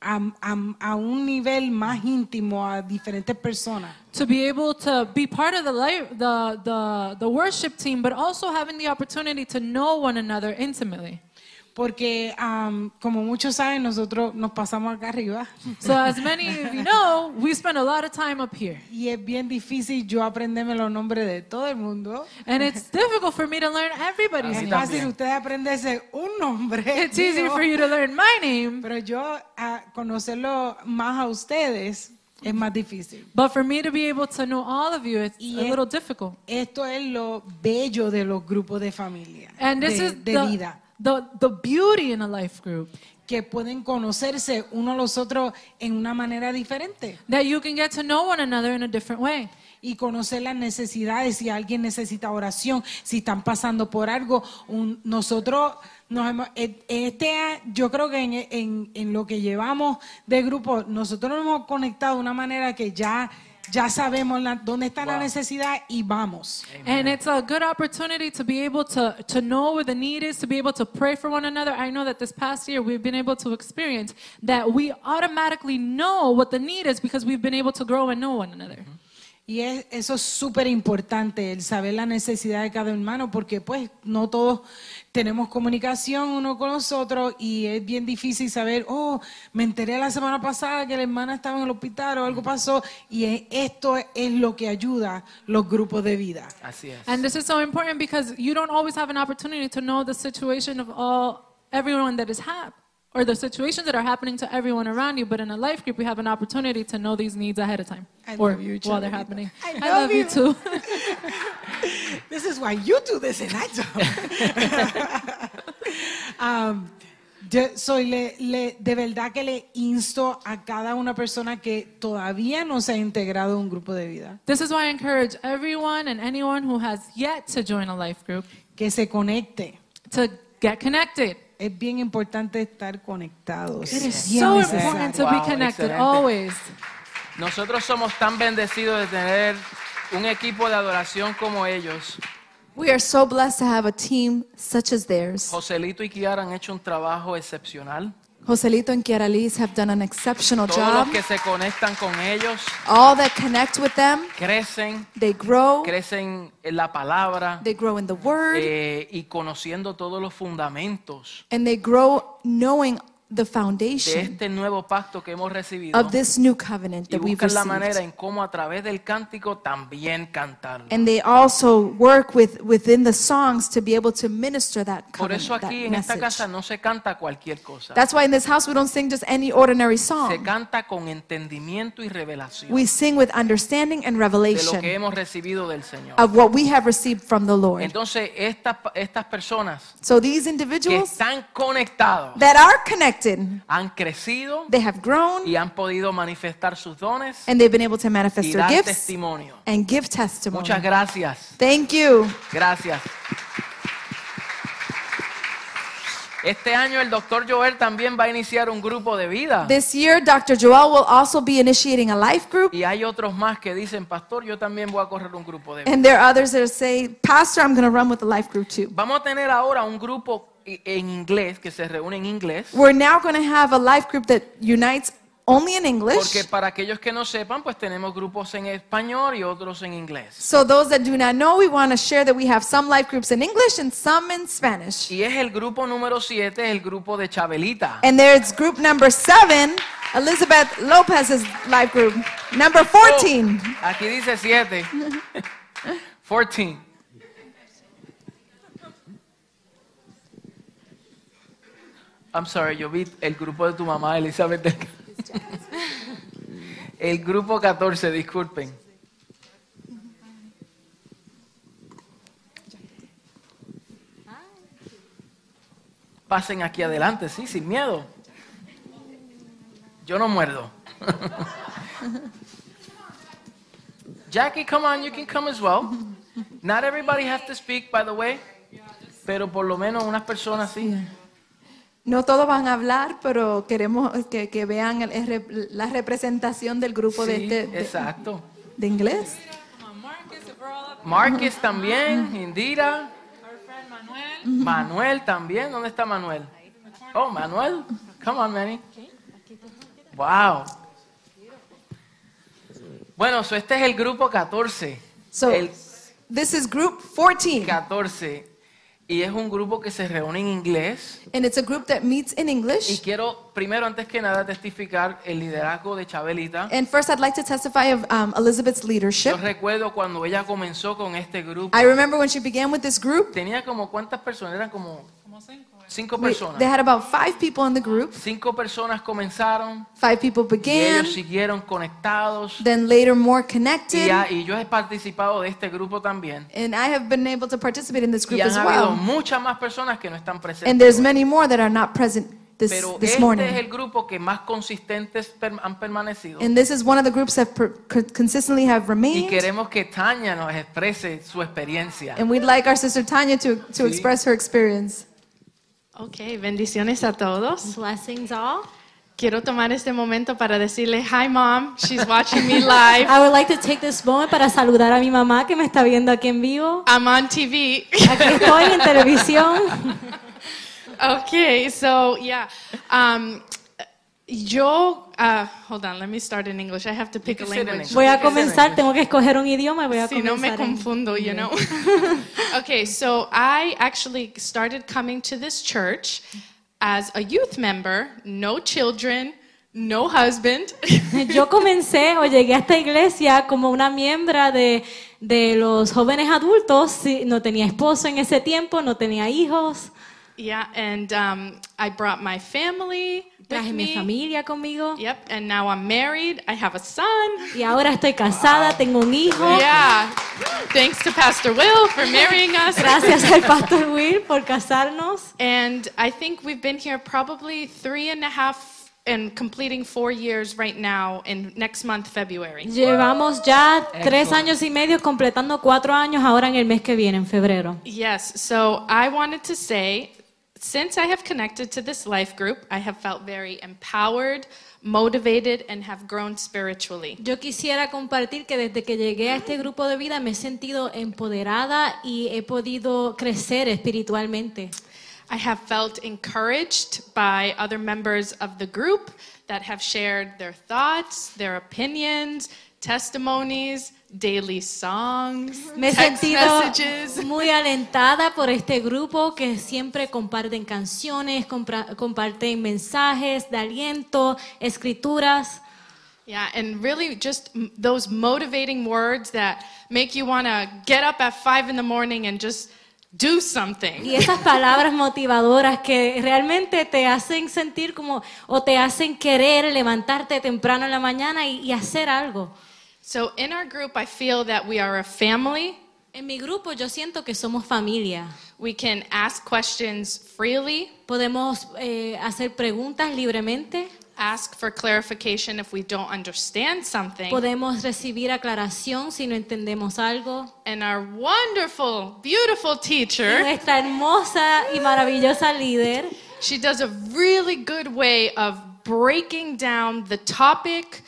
a, a- a un nivel más íntimo a diferentes personas.
To be able to be part of the, life, the, the, the worship team, but also having the opportunity to know one another intimately.
Porque um, como muchos saben, nosotros nos pasamos acá arriba
So, as many of you know, we spend a lot of time up here.
y es bien difícil yo aprenderme los nombres de todo el mundo.
And it's difficult for me to learn everybody's
Es
mí
name.
fácil usted aprenderse un nombre,
It's easy
mío,
for you to learn my name,
pero yo a conocerlo más a ustedes es más difícil.
but for me to be able to know all of you, it's
Y
a
es-
little difficult.
Esto es lo bello de los grupos de familia,
And this
de,
is
de
the,
vida,
the, the beauty in a life group.
que pueden conocerse uno a los otros en una manera diferente
that you can get to know one another in a different way.
y conocer las necesidades, si alguien necesita oración, si están pasando por algo. Un- nosotros nos hemos, e- este, a- yo creo que en, en- en lo que llevamos de grupo, nosotros nos hemos conectado de una manera que ya, ya sabemos la- dónde está la necesidad y vamos.
And it's a good opportunity to be able to, to know where the need is, to be able to pray for one another. I know that this past year we've been able to experience that we automatically know what the need is because we've been able to grow and know one another.
Y es- eso es súper importante, el saber la necesidad de cada hermano, porque pues no todos tenemos comunicación uno con los otros y es bien difícil saber, oh, me enteré la semana pasada que la hermana estaba en el hospital o algo pasó, y e- esto es lo que ayuda los grupos de vida.
Así es.
And this is so important because you don't always have an opportunity to know the situation of all everyone that is hap or the situations that are happening to everyone around you. But in a life group, we have an opportunity to know these needs ahead of time
I
or
love you,
while they're
Charita.
happening.
I
I love,
love
you
you.
too.
This is why you do this and I don't. Um, yo soy le- le- de verdad que le insto a cada una persona que todavía no se ha integrado a un grupo de vida.
this is why I encourage everyone and anyone who has yet to join a life group
que se conecte.
to get connected.
Es bien importante estar conectados.
It is
Bien
so
necesario.
important to
Wow,
be connected
excelente.
always.
Nosotros somos tan bendecidos de tener un equipo de adoración como ellos.
We are so blessed to have a team such as theirs.
Joselito y Kiara han hecho un trabajo excepcional.
Joselito and Kiara Liz have done an exceptional
Todos los
job.
que se conectan con ellos
All that connect with them,
crecen,
they grow.
crecen en la palabra
They grow in the word
eh, y conociendo todos los fundamentos
and they grow knowing the
de
foundation
este nuevo pacto que hemos recibido
of this new covenant
y
that we've
buscan la manera
received.
en cómo a través del cántico también cantarlo.
And they also work with within the songs to be able to minister that
Por
covenant,
eso
that
aquí en esta casa
message.
no se canta cualquier cosa.
That's why in this house we don't sing just any ordinary
Se
song.
canta con entendimiento y revelación
We sing with understanding and
de lo que
revelation
hemos recibido del Señor.
of what we have received from the Lord.
Entonces, estas, estas personas
So these
que
individuals
están conectados
that are connected,
han crecido
they have grown
y han podido manifestar sus dones
and they've been able to manifest
y
their
dar
gifts
testimonio.
and give
Muchas
testimony.
gracias.
Thank you.
Gracias. Este año el doctor Joel también va a iniciar un grupo de vida.
This year, Dr. Joel will also be initiating a life group.
Y hay otros más que dicen, pastor, yo también voy a correr un grupo de vida.
And there are others that say, Pastor, I'm going to run with the life group too.
Vamos a tener ahora un grupo i- en inglés que se reúne en inglés.
We're now going to have a life group that unites only in English.
Porque para aquellos que no sepan, pues tenemos grupos en español y otros en inglés.
So, those that do not know, we want to share that we have some life groups in English and some in Spanish.
Y es el grupo número 7, el grupo de Chabelita.
And there's group number seven, Elizabeth Lopez's life group. Number 14.
Oh, aquí dice 7. 14. I'm sorry, yo vi el grupo de tu mamá, Elizabeth. del- El grupo 14, disculpen. Pasen aquí adelante, sí, sin miedo. Yo no muerdo. Jackie, come on, you can come as well. Not everybody has to speak, by the way. Pero por lo menos unas personas sí.
No todos van a hablar, pero queremos que, que vean el- el rep- la representación del grupo de,
Sí,
este, de-
exacto.
de inglés.
Marcus también, Indira, Manuel también. ¿Dónde está Manuel? Oh, Manuel. Come on, Manny. Wow. Bueno, so este es el grupo 14.
So,
el
this is group 14.
14. Y es un grupo que se reúne en inglés.
And it's a group that meets in
Y
English.
quiero primero, antes que nada, testificar el liderazgo de Chabelita.
And first, I'd like to testify of um, Elizabeth's
Yo
leadership.
recuerdo cuando ella comenzó con este grupo.
I remember when she began with this group,
Tenía como cuántas personas, eran como cinco eh.
we- they
personas.
had about five people in the group.
Cinco personas comenzaron
Five people
y
began,
ellos siguieron conectados.
then later more
Y,
connected.
ya- y yo he participado de este grupo también.
And I have been able to participate in this
Y
group
han
as
habido
well.
muchas más personas que no están presentes.
And there's many more that are not present this,
Pero
this
este es
morning.
el grupo que más consistentes per- han permanecido.
And this is one of the groups that per, co- consistently have
Y
remained.
queremos que Tania nos exprese su experiencia.
And we'd like our sister Tanya to, to express her experience.
Ok, bendiciones a todos.
Blessings all.
Quiero tomar este momento para decirle, hi mom, she's watching me live.
I would like to take this moment para saludar a mi mamá que me está viendo aquí en vivo.
I'm on TV.
Aquí estoy en televisión.
okay, so yeah. Um, yo, uh, hold on, let me start in English. I have to pick a
can say it in
language.
Voy a comenzar, tengo que escoger un idioma y voy a
Si no me
comenzar. en-
confundo, you know. okay, so I actually started coming to this church as a youth member, no children, no husband.
Yo comencé o llegué a esta iglesia como una miembra de, de los jóvenes adultos. Sí, No tenía esposo en ese tiempo, no tenía hijos.
yeah, and um, I brought my family with
Traje mi
me.
familia conmigo.
Yep, and now I'm married. I have a son.
Y ahora estoy casada, tengo un hijo.
Yeah. Thanks to Pastor Will for marrying us.
Gracias al pastor Will por casarnos.
And I think we've been here probably three and a half and completing four years right now in next month, February.
Llevamos ya tres años y medio completando cuatro años ahora en el mes que viene, en febrero.
Yes, so I wanted to say since I have connected to this life group, I have felt very empowered, motivated, and have grown spiritually.
Yo quisiera compartir que desde que llegué a este grupo de vida me he sentido empoderada y he podido crecer espiritualmente.
I have felt encouraged by other members of the group that have shared their thoughts, their opinions, testimonies, daily songs,
Me he
text
sentido
messages.
muy alentada por este grupo que siempre comparten canciones, compra- comparten mensajes de aliento, escrituras.
Yeah, and really just m- those motivating words that make you want to get up at five in the morning and just do something.
Y esas palabras motivadoras que realmente te hacen sentir como, o te hacen querer levantarte temprano en la mañana y, y hacer algo.
So in our group, I feel that we are a family.
En mi grupo yo siento que somos familia.
We can ask questions freely,
Podemos eh, hacer preguntas libremente,
ask for clarification if we don't understand something.
podemos recibir aclaración si no entendemos algo.
And our wonderful, beautiful teacher,
Nuestra hermosa y maravillosa líder
she does a really good way of breaking down the topic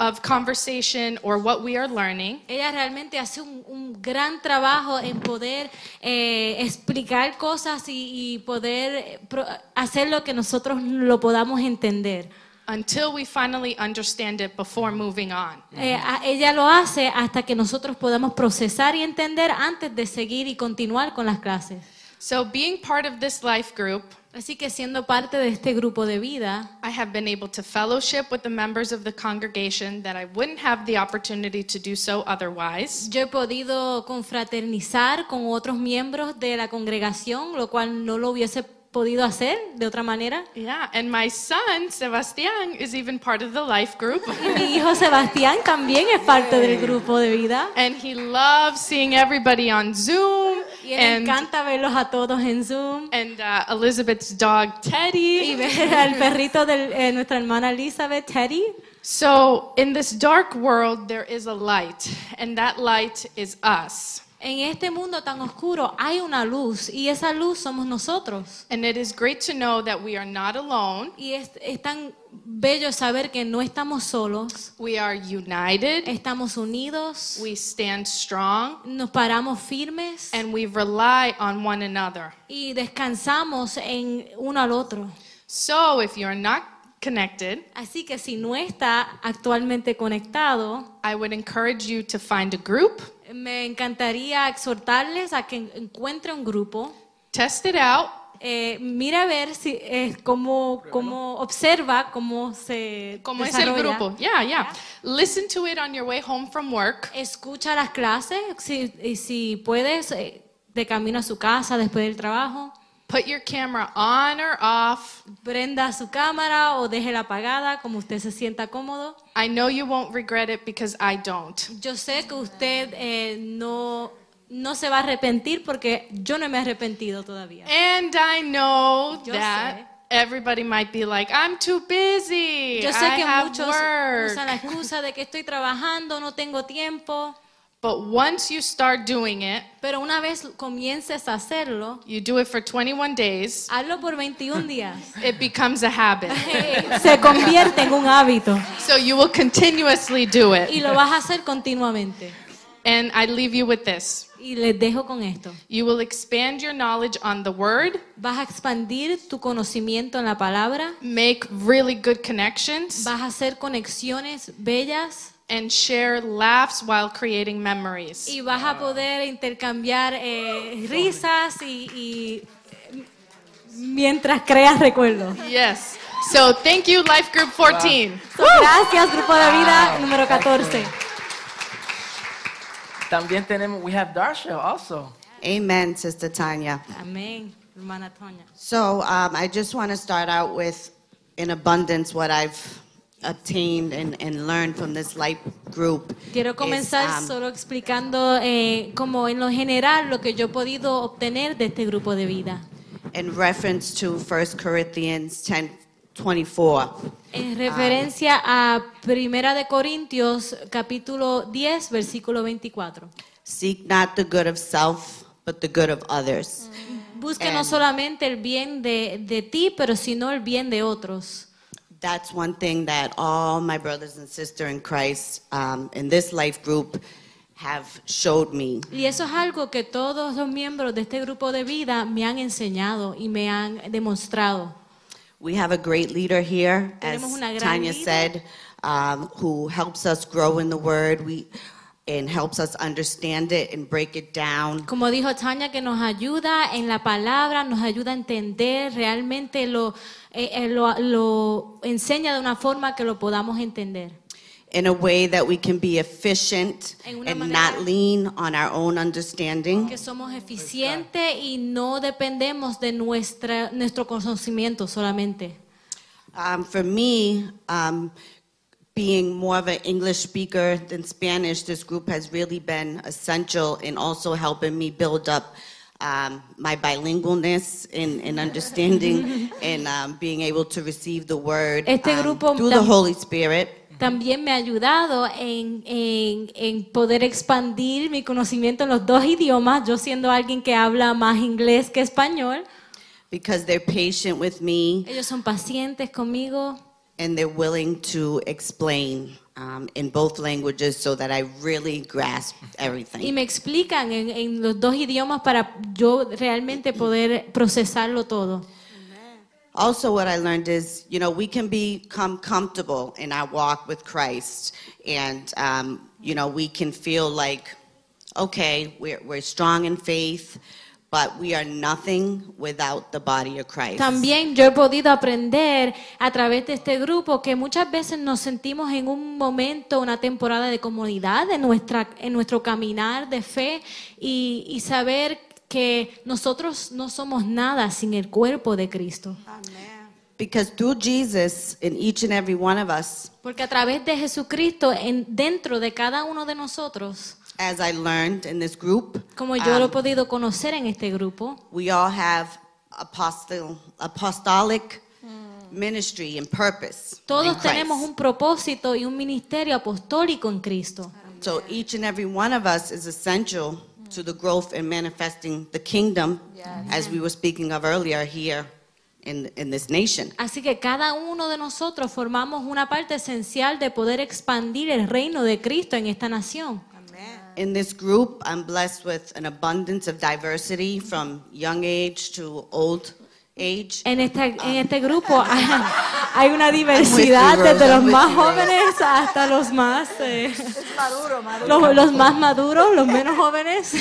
of conversation or what we are learning.
Ella realmente hace un, un gran trabajo en poder eh, explicar cosas y, y poder eh, pro- hacer lo que nosotros lo podamos entender.
until we finally understand it before moving on.
Eh, a- ella lo hace hasta que nosotros podamos procesar y entender antes de seguir y continuar con las clases.
So, being part of this life group,
Así que siendo parte de este grupo de vida,
I have been able to fellowship with the members of the congregation that I wouldn't have the opportunity to do so otherwise.
yo he podido confraternizar con otros miembros de la congregación, lo cual no lo hubiese podido hacer de otra manera.
Yeah, and my son, Sebastian, is even part of the life group.
Y mi hijo Sebastián también es parte del grupo de vida.
and he loves seeing everybody on Zoom.
Y él
And,
encanta verlos a todos en Zoom
and uh, Elizabeth's dog,
em, y
Teddy.
ver al perrito de nuestra hermana Elizabeth, Teddy.
So, in this dark world, there is a light, and that light is us.
En este mundo tan oscuro hay una luz y esa luz somos nosotros.
And it is great to know that we are not alone.
Y es, es tan bello saber que no estamos solos,
We are united,
estamos unidos,
we stand strong,
nos paramos firmes
and we rely on one another.
y descansamos en uno al otro.
So if you're not connected,
Así que si no está actualmente conectado,
I would encourage you to find a group,
me encantaría exhortarles a que encuentre un grupo
test it out,
Eh, mira a ver si eh, cómo, cómo observa cómo se
como es el
desarrolla.
grupo. Yeah, yeah. Listen to it on your way home from work.
Escucha las clases si, y si puedes eh, de camino a su casa después del trabajo.
Put your camera on or off.
Prenda su cámara o déjela apagada como usted se sienta cómodo.
I know you won't regret it because I don't.
Yo sé que usted eh, no, no se va a arrepentir porque yo no me he arrepentido todavía.
And I know
Yo
that everybody might be like, I'm too busy.
Yo sé
I
que
have
muchos
work.
usan la excusa de que estoy trabajando, no tengo tiempo,
But once you start doing it,
pero una vez comiences a hacerlo,
you do it for 21 days,
hazlo por 21 días.
it becomes a habit.
Se convierte en un hábito
so you will continuously do
y
it.
lo vas a hacer continuamente.
And I leave you with this.
Y les dejo con esto.
You will expand your knowledge on the word,
Vas a expandir tu conocimiento en la palabra,
make really good connections,
vas a hacer conexiones bellas
and share laughs while creating memories.
y vas a poder intercambiar eh, risas y, y, eh, mientras creas recuerdos.
Yes. So thank you, Life Group 14.
So, gracias, Grupo de Vida número 14.
También tenemos, we have Darsha also.
Amen, Sister Tanya.
Amén, hermana Toña.
So um, I just want to start out with, in abundance, what I've obtained and, and learned from this life group.
Quiero
is,
comenzar
um,
solo explicando eh, como en lo general lo que yo he podido obtener de este grupo de vida.
in reference to 1 Corinthians 10 24.
En referencia a Primera de Corintios capítulo 10 versículo 24.
Seek not the good of self, but the good of others.
Busca
And-
no solamente el bien de, de ti, pero sino el bien de otros.
That's one thing that all my brothers and sisters in Christ um, in this life group have showed me.
Y eso es algo que todos los miembros de este grupo de vida me han enseñado y me han demostrado.
We have a great leader here, as
Tenemos una gran
Tanya
líder.
said, um, who helps us grow in the Word. We and helps us understand it and break it down.
Como dijo Tania, que nos ayuda en la palabra, nos ayuda a entender realmente lo, eh, eh, lo, lo enseña de una forma que lo podamos entender.
in a way that we can be efficient
En una
and
manera-
not lean on our own understanding.
Que somos eficientes y no dependemos de nuestra, nuestro conocimiento solamente.
Um, for me, um, being more of an English speaker than Spanish, this group has really been essential in also helping me build up um, my bilingualness and, and understanding and um, being able to receive the word
Este
um,
grupo
through the
tam-
Holy Spirit.
También me ha ayudado en, en- en poder expandir mi conocimiento en los dos idiomas, yo siendo alguien que habla más inglés que español.
Because they're patient with me
Ellos son pacientes conmigo.
and they're willing to explain um, in both languages so that I really grasp
Y
everything.
me explican en, en los dos idiomas para yo realmente poder procesarlo todo.
Also, what I learned is, you know, we can become comfortable in our walk with Christ, and um, you know, we can feel like, okay, we're we're strong in faith, but we are nothing without the body of Christ.
También yo he podido aprender a través de este grupo que muchas veces nos sentimos en un momento, una temporada de comodidad en, nuestra, en nuestro caminar de fe y, y saber que nosotros no somos nada sin el cuerpo de Cristo.
Because through Jesus, in each and every one of us,
Porque a través de Jesucristo, en, dentro de cada uno de nosotros,
as I learned in this group,
como yo lo he
um,
podido conocer en este grupo,
we all have apostle, apostolic ministry and purpose. in
Mm. Todos
Christ.
tenemos un propósito y un ministerio apostólico en Cristo.
So each and every one of us is essential to the growth and manifesting the kingdom, as we were speaking of earlier here in, in this nation.
Así que cada uno de nosotros formamos una parte esencial de poder expandir el reino de Cristo en esta nación.
In this group, I'm blessed with an abundance of diversity from young age to old age.
En este, en este grupo hay una diversidad
I'm with you,
desde
Rosa,
los
I'm
más
with you, Rosa.
jóvenes hasta los más... eh, Los, los más maduros, los menos jóvenes.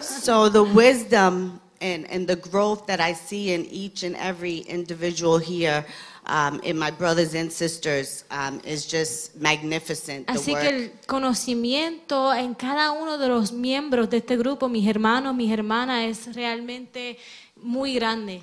So the wisdom and, and the growth that I see in each and every individual here, um, in my brothers and sisters, um, is just magnificent. The
Así
work.
que el conocimiento en cada uno de los miembros de este grupo, mis hermanos, mis hermanas, es realmente muy grande.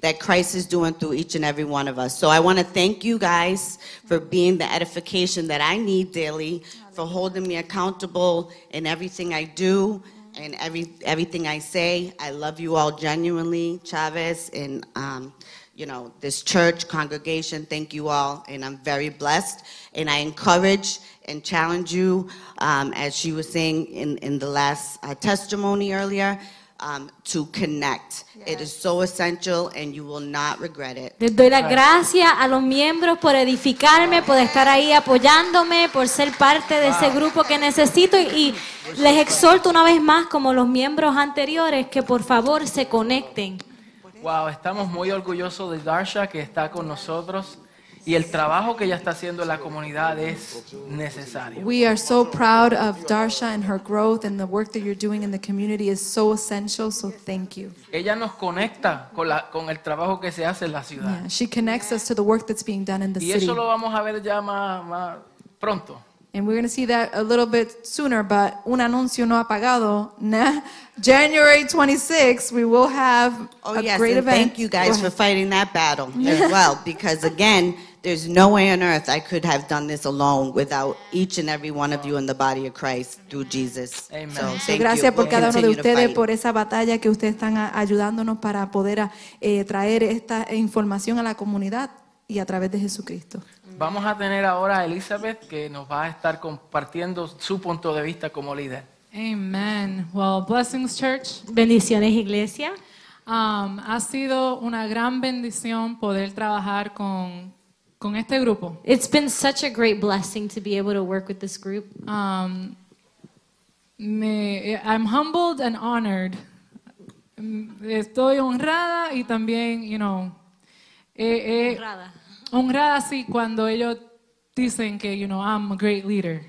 that Christ is doing through each and every one of us. So I want to thank you guys for being the edification that I need daily, for holding me accountable in everything I do and every everything I say. I love you all genuinely, Chavez and um, you know, this church, congregation. Thank you all, and I'm very blessed. And I encourage and challenge you, um, as she was saying in, in the last uh, testimony earlier, um, to connect. It is so essential, and you will not regret it.
Les doy las gracias a los miembros por edificarme, por estar ahí apoyándome, por ser parte de ese grupo que necesito y, y les exhorto una vez más, como los miembros anteriores, que por favor se conecten.
Wow, estamos muy orgullosos de Darsha que está con nosotros y el trabajo que ella está haciendo en la comunidad es necesario.
We are so proud of Darsha and her growth and the work that you're doing in the community is so essential, so thank you.
Ella nos conecta con, la, con el trabajo que se hace en la ciudad.
Yeah, she connects us to the work that's being done in the
Y eso
city.
lo vamos a ver ya más, más pronto.
And we're going to see that a little bit sooner, but un anuncio no apagado. na- January 26th, we will have
Oh,
a
yes,
great
and
event. Oh.
thank you guys
Go
for
ahead.
fighting that battle as well, because again, there's no way on earth I could have done this alone without each and every one of you in the body of Christ through Jesus.
Amen.
So,
So
thank you.
Gracias por
We'll
cada uno de
continue to
ustedes
fight.
por esa batalla que ustedes están a- ayudándonos para poder a, eh, traer esta información a la comunidad y a través de Jesucristo.
Vamos a tener ahora a Elizabeth que nos va a estar compartiendo su punto de vista como líder.
Amen. Well, blessings, church.
Bendiciones, iglesia.
Um, ha sido una gran bendición poder trabajar con, con este grupo.
It's been such a great blessing to be able to work with this group.
Um, me- eh, I'm humbled and honored. Mm, Estoy honrada y también, you know, eh, eh,
Honrada.
honrada sí cuando ellos dicen que, you know, I'm a great leader.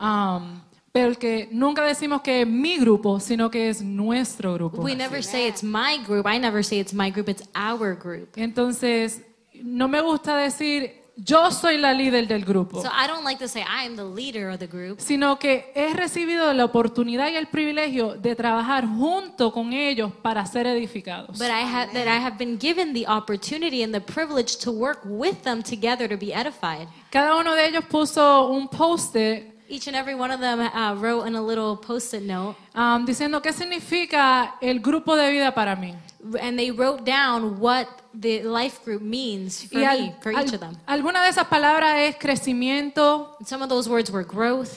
Um, pero que nunca decimos que es mi grupo, sino que es nuestro grupo.
We never say it's my group. I never say it's my group. It's our group.
Entonces, no me gusta decir yo soy la líder del grupo,
So I don't like to say I am the leader of the group.
sino que he recibido la oportunidad y el privilegio de trabajar junto con ellos para ser edificados.
But I have that I have been given the opportunity and the privilege to work with them together to be edified.
Cada uno de ellos puso un post
Each and every one of them uh, wrote in a little post-it note,
um, diciendo qué significa el grupo de vida para mí.
and they wrote down what the life group means for
al-
me, for
al-
each of them.
alguna de esas palabras es crecimiento,
Some of those words were growth,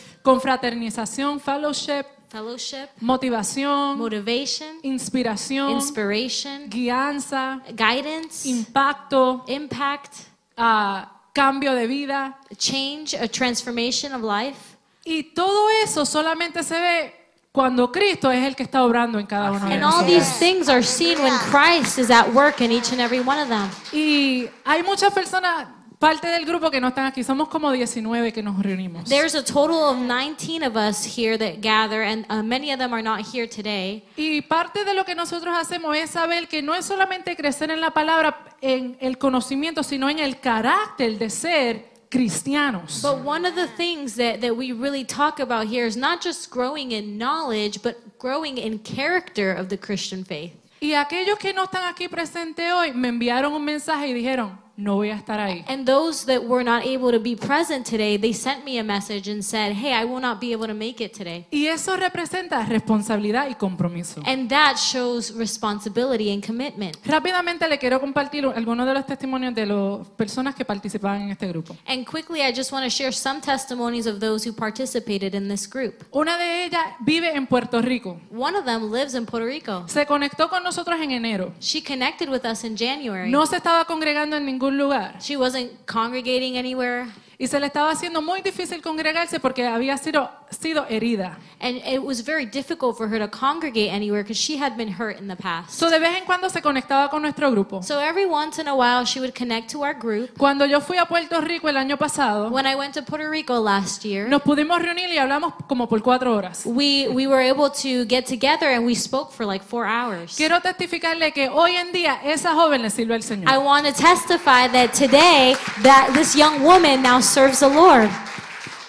confraternización, fellowship,
fellowship,
motivación,
motivation,
inspiración,
inspiration,
guianza,
guidance,
impacto,
impact,
a cambio de vida.
change, a transformation of life.
Y todo eso solamente se ve cuando Cristo es el que está obrando en cada uno de
And all
nosotros.
these things are seen when Christ is at work in each and every one of them.
Y hay muchas personas, parte del grupo que no están aquí, somos como 19 que nos reunimos.
There's a total of 19 of us here that gather, and uh, many of them are not here today.
Y parte de lo que nosotros hacemos es saber que no es solamente crecer en la palabra, en el conocimiento, sino en el carácter de ser cristianos.
But one of the things that, that we really talk about here is not just growing in knowledge, but growing in character of the Christian faith.
Y aquellos que no están aquí presentes hoy me enviaron un mensaje y dijeron, no voy a estar ahí.
And those that were not able to be present today, they sent me a message and said, Hey, I will not be able to make it today.
Y eso representa responsabilidad y compromiso.
And that shows responsibility and commitment.
Rápidamente le quiero compartir algunos de los testimonios de las personas que participaban en este grupo.
And quickly, I just want to share some testimonies of those who participated in this group.
Una de ellas vive en Puerto Rico.
One of them lives in Puerto Rico.
Se conectó con nosotros en enero.
She connected with us in January.
No se estaba congregando en ningún lugar
She wasn't congregating anywhere,
y se le estaba haciendo muy difícil congregarse porque había sido, sido herida.
and it was very difficult for her to congregate anywhere because she had been hurt in the past.
So, de vez en cuando se conectaba con nuestro grupo.
So every once in a while, she would connect to our group.
Cuando yo fui a Puerto Rico el año pasado,
When I went to Puerto Rico last year,
nos pudimos reunir y hablamos como por cuatro horas.
we, we were able to get together and we spoke for like four hours.
Quiero testificarle que hoy en día esa joven le sirve al Señor.
I want to testify that today that this young woman now serves the Lord.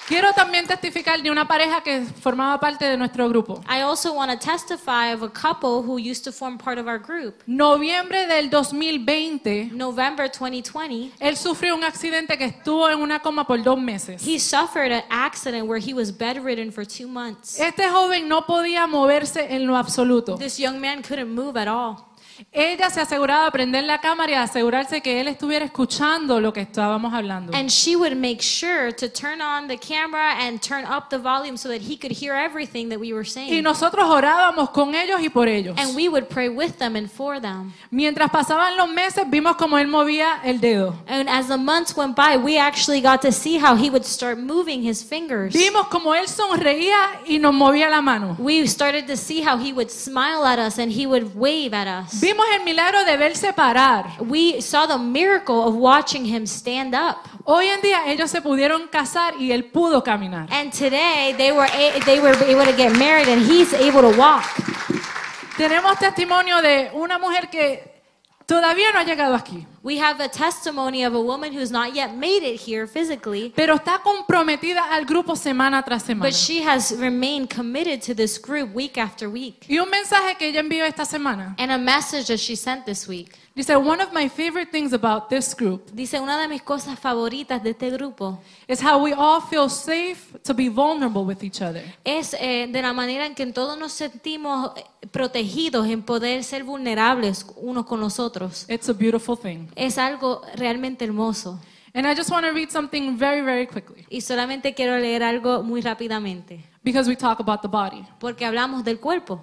Quiero también testificar de una pareja que formaba parte de nuestro grupo.
I also want to testify of a couple who used to form part of our group.
Noviembre del 2020,
November 2020,
él sufrió un accidente que estuvo en una coma por dos meses.
He suffered an accident where he was bedridden for two months.
Este joven no podía moverse en lo absoluto.
This young man couldn't move at all.
Ella se aseguraba de prender la cámara y asegurarse que él estuviera escuchando lo que estábamos hablando.
And she would make sure to turn on the camera and turn up the volume so that he could hear everything that we were
Y
saying.
nosotros orábamos con ellos y por ellos.
And we would pray with them and for them.
Mientras pasaban los meses, vimos como él movía el dedo.
And as the months went by, we actually got to see how he would start moving his fingers.
Vimos como él sonreía y nos movía la mano.
We started to see how he would smile at us and he would wave at us.
Vimos el milagro de verse parar.
We saw the miracle of watching him stand up.
Hoy en día ellos se pudieron casar y él pudo caminar.
And today they were a- they were able to get married and he's able to walk.
Tenemos testimonio de una mujer que todavía no ha llegado aquí,
We have a testimony of a woman who's not yet made it here physically,
pero está comprometida al grupo semana tras semana.
but she has remained committed to this group week after week.
Y un mensaje que ella envió esta semana.
And a message that she sent this week.
Dice, one of my favorite things about this group
Dice, una de mis cosas favoritas de este grupo
is how we all feel safe to be vulnerable with each other.
es eh, de la manera en que todos nos sentimos eh, protegidos en poder ser vulnerables unos con los otros.
It's a beautiful thing.
Es algo realmente hermoso.
And I just want to read something very, very quickly
Y solamente quiero leer algo muy rápidamente,
because we talk about the body.
porque hablamos del cuerpo.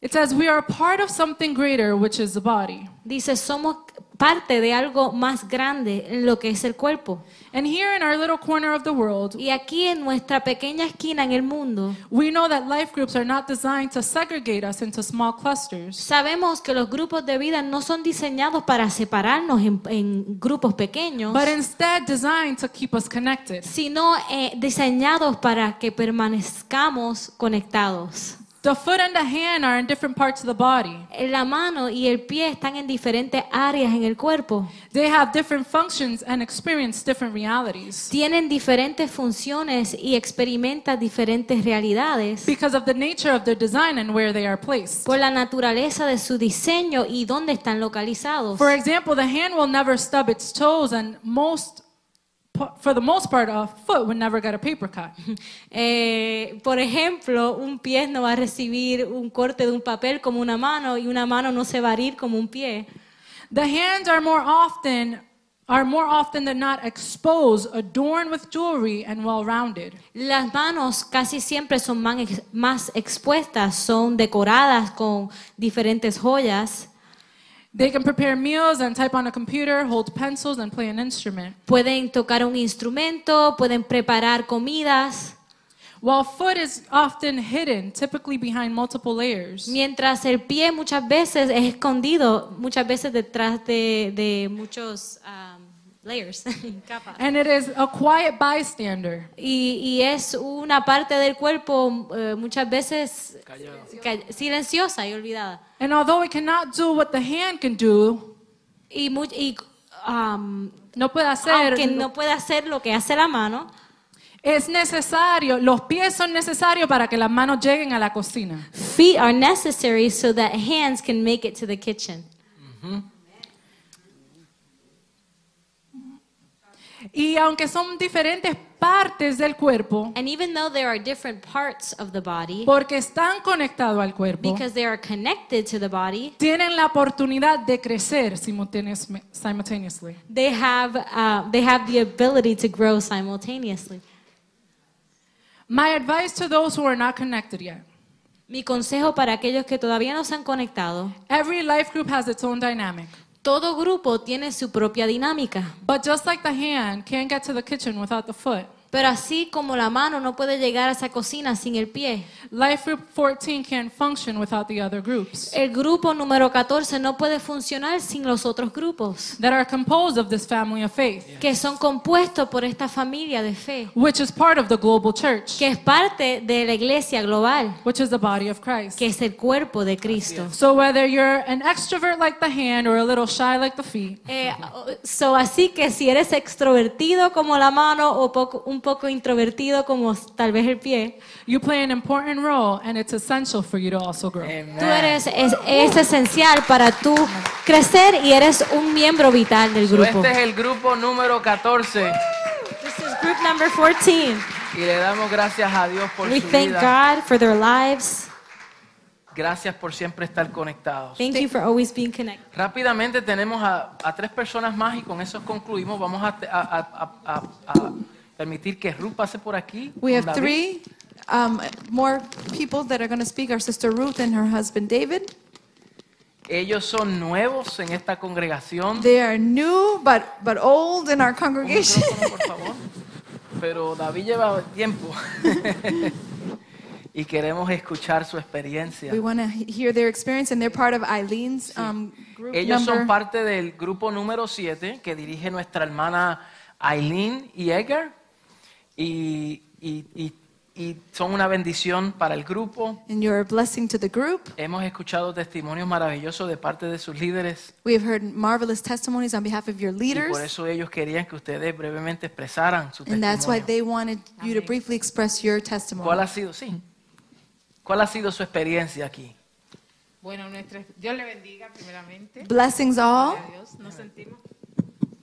It says, We are a part of something greater, which is the body.
Dice, somos parte de algo más grande en lo que es el cuerpo.
And here in our little corner of the world,
Y aquí en nuestra pequeña esquina en el mundo,
we know that life groups are not designed to segregate us into small clusters.
sabemos que los grupos de vida no son diseñados para separarnos en, en grupos pequeños,
But instead, designed to keep us connected.
sino eh, diseñados para que permanezcamos conectados.
The foot and the hand are in different parts of the body.
La mano y el pie están en diferentes áreas en el cuerpo.
They have different functions and experience different realities.
Tienen diferentes funciones y experimentan diferentes realidades
because of the nature of their design and where they are placed.
por la naturaleza de su diseño y dónde están localizados.
For example, the hand will never stub its toes, and most, for the most part, a foot would never get a paper cut.
Eh, por ejemplo, un pie no va a recibir un corte de un papel como una mano y una mano no se va a herir como un pie.
The hands are more often are more often than not exposed, adorned with jewelry, and well-rounded.
Las manos casi siempre son man- ex- más expuestas, son decoradas con diferentes joyas,
They can prepare meals and type on a computer, hold pencils, and play an instrument.
pueden tocar un instrumento, pueden preparar comidas,
While foot is often hidden, typically behind multiple layers.
mientras el pie muchas veces es escondido, muchas veces detrás de, de muchos um, layers, capas.
And it is a quiet bystander.
Y, y es una parte del cuerpo eh, muchas veces call- silenciosa y olvidada.
And although it cannot do what the hand can do,
Y, mu- y, um,
no puede hacer.
aunque no puede hacer lo que hace la mano,
Es necesario, los pies son necesarios para que las manos lleguen a la cocina.
feet are necessary so that hands can make it to the kitchen.
Y aunque son diferentes partes del cuerpo,
And even though there are different parts of the body,
porque están conectados al cuerpo,
because they are connected to the body,
tienen la oportunidad de crecer simultaneous- simultaneously.
they have, uh, they have the ability to grow simultaneously.
My advice to those who are not connected yet.
Mi consejo para aquellos que todavía no se han conectado,
Every life group has its own dynamic.
todo grupo tiene su propia dinámica.
But just like the hand can't get to the kitchen without the foot,
Pero así como la mano no puede llegar a esa cocina sin el pie,
life group 14 can't function without the other groups.
el grupo número 14 no puede funcionar sin los otros grupos,
that are composed of this family of faith,
que son compuestos por esta familia de fe,
which is part of the global church,
que es parte de la iglesia global,
which is the body of Christ.
que es el cuerpo de Cristo.
So whether you're an extrovert like the hand or a little shy like the feet,
Eh, so, así que si eres extrovertido como la mano o poco- un poco introvertido como tal vez el pie,
you play an important role and it's essential for you to also grow.
tú eres, es, es esencial para tú crecer y eres un miembro vital del
So,
grupo.
este es el grupo número 14
This is group number 14.
y le damos gracias a Dios por
We
su
thank
vida.
God for their lives.
Gracias por siempre estar conectados.
Thank you for always being connected.
Rápidamente tenemos a, a tres personas más y con eso concluimos. Vamos a, a- a- a- a permitir que Ruth pase por aquí.
We
con
have
David.
three um, more people that are going to speak our sister Ruth and her husband David.
Ellos son nuevos en esta congregación.
They are new but, but old in our
Un
congregation.
micrófono, por favor. Pero David lleva tiempo. y queremos escuchar su experiencia.
we want to hear their experience, and they're part of Eileen's um, group
Ellos
number.
son parte del grupo número 7 que dirige nuestra hermana Aileen y Edgar. Y, y- y- y son una bendición para el grupo.
And you're a blessing to the group.
Hemos escuchado testimonios maravillosos de parte de sus líderes.
We have heard marvelous testimonies on behalf of your
Y por
leaders,
eso ellos querían que ustedes brevemente expresaran su
and that's why
testimonio.
they wanted you to briefly express your
¿Cuál
testimony.
ha sido, sí? ¿Cuál ha sido su experiencia aquí?
Bueno, nuestra, Dios le bendiga primeramente.
Blessings all.
A Dios, nos sentimos,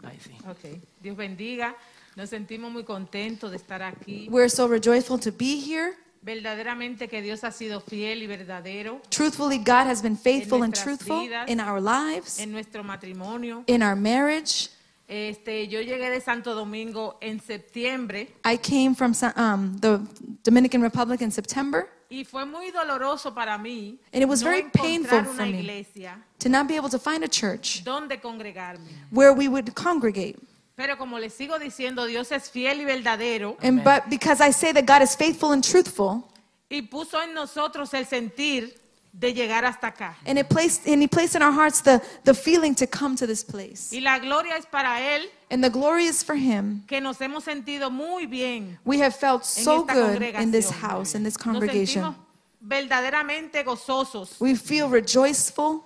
Ahí sí.
ok, Dios bendiga, nos sentimos muy contentos de estar aquí.
We're so rejoiceful to be here.
Verdaderamente que Dios ha sido fiel y verdadero
Truthfully, God has been faithful and
nuestras
truthful
vidas,
in our lives,
en nuestro matrimonio.
in our marriage.
Este, yo llegué de Santo Domingo en septiembre
I came from Sa- um, the Dominican Republic in September,
y fue muy doloroso para mí
And it was
no
very
encontrar
painful
una
for me.
iglesia
to not be able to find a church
donde congregarme.
where we would congregate.
Pero como les sigo diciendo, Dios es fiel y verdadero
And but because I say that God is faithful and truthful,
y puso en nosotros el sentir de llegar hasta acá.
and it placed and He placed in our hearts the the feeling to come to this place,
Y la gloria es para Él,
and the glory is for Him.
que nos hemos sentido muy bien
We have felt
en
so
esta
good
congregación.
in this house, in this
Nos
congregation.
sentimos verdaderamente gozosos.
We feel rejoiceful.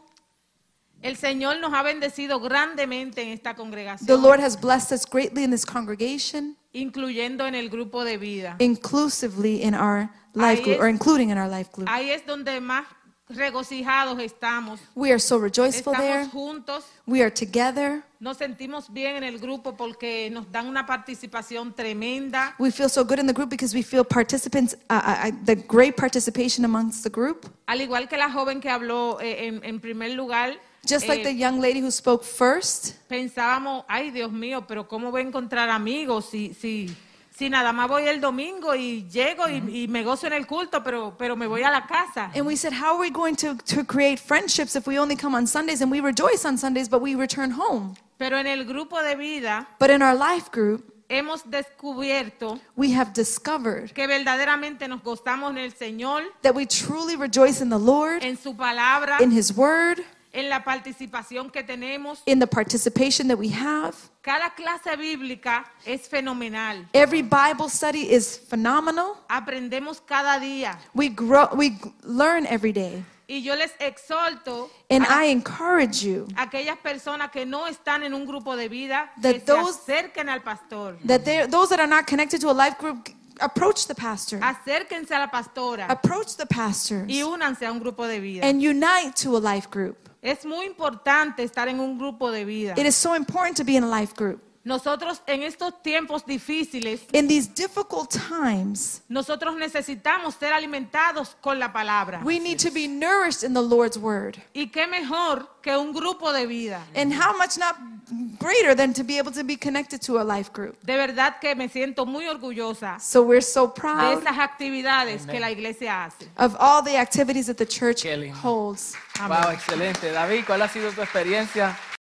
El Señor nos ha bendecido grandemente en esta congregación,
The Lord has blessed us greatly in this congregation,
incluyendo en el grupo de vida.
inclusively in our life
Ahí
group, or
es-
including in our life group.
Ahí es donde más regocijados estamos.
We are so rejoiceful
Estamos
there.
juntos,
We are together.
nos sentimos bien en el grupo porque nos dan una participación tremenda.
We feel so good in the group because we feel participants, uh, uh, uh, the great participation amongst the group.
Al igual que la joven que habló eh, en, en primer lugar,
Just
eh,
like the young lady who spoke first,
pensábamos, ay Dios mío, pero ¿cómo voy a encontrar amigos si, si, si nada más voy el domingo y llego y, y me gozo en el culto, pero, pero me voy a la casa?
and we said, How are we going to, to create friendships if we only come on Sundays and we rejoice on Sundays, but we return home?
Pero en el grupo de vida
But in our life group,
hemos descubierto
we have discovered
que verdaderamente nos gozamos en el Señor,
that we truly rejoice in the Lord,
en su palabra,
in His Word,
en la participación que tenemos.
in the participation that we have.
Cada clase bíblica es fenomenal.
Every Bible study is phenomenal.
Aprendemos cada día.
We grow, we learn every day.
Y yo les exhorto
And
a-
I encourage you
aquellas personas que no están en un grupo de vida,
That
que
those-
se acerquen al pastor.
that there, those that are not connected to a life group approach the pastor
Acérquense a la pastora
approach the pastors
y únanse a un grupo de vida.
and unite to a life group
es muy importante estar en un grupo de vida.
it is so important to be in a life group
Nosotros en estos tiempos difíciles,
in these difficult times
nosotros necesitamos ser alimentados con la palabra.
we need to be nourished in the lord's word
y qué mejor que un grupo de vida.
and how much not greater than to be able to be connected to a life group
De verdad que me siento muy orgullosa
so we're so
de
proud
esas actividades que la iglesia hace.
of all the activities that the church
Qué lindo.
holds
Wow, excelente. David, ¿cuál ha sido tu experiencia?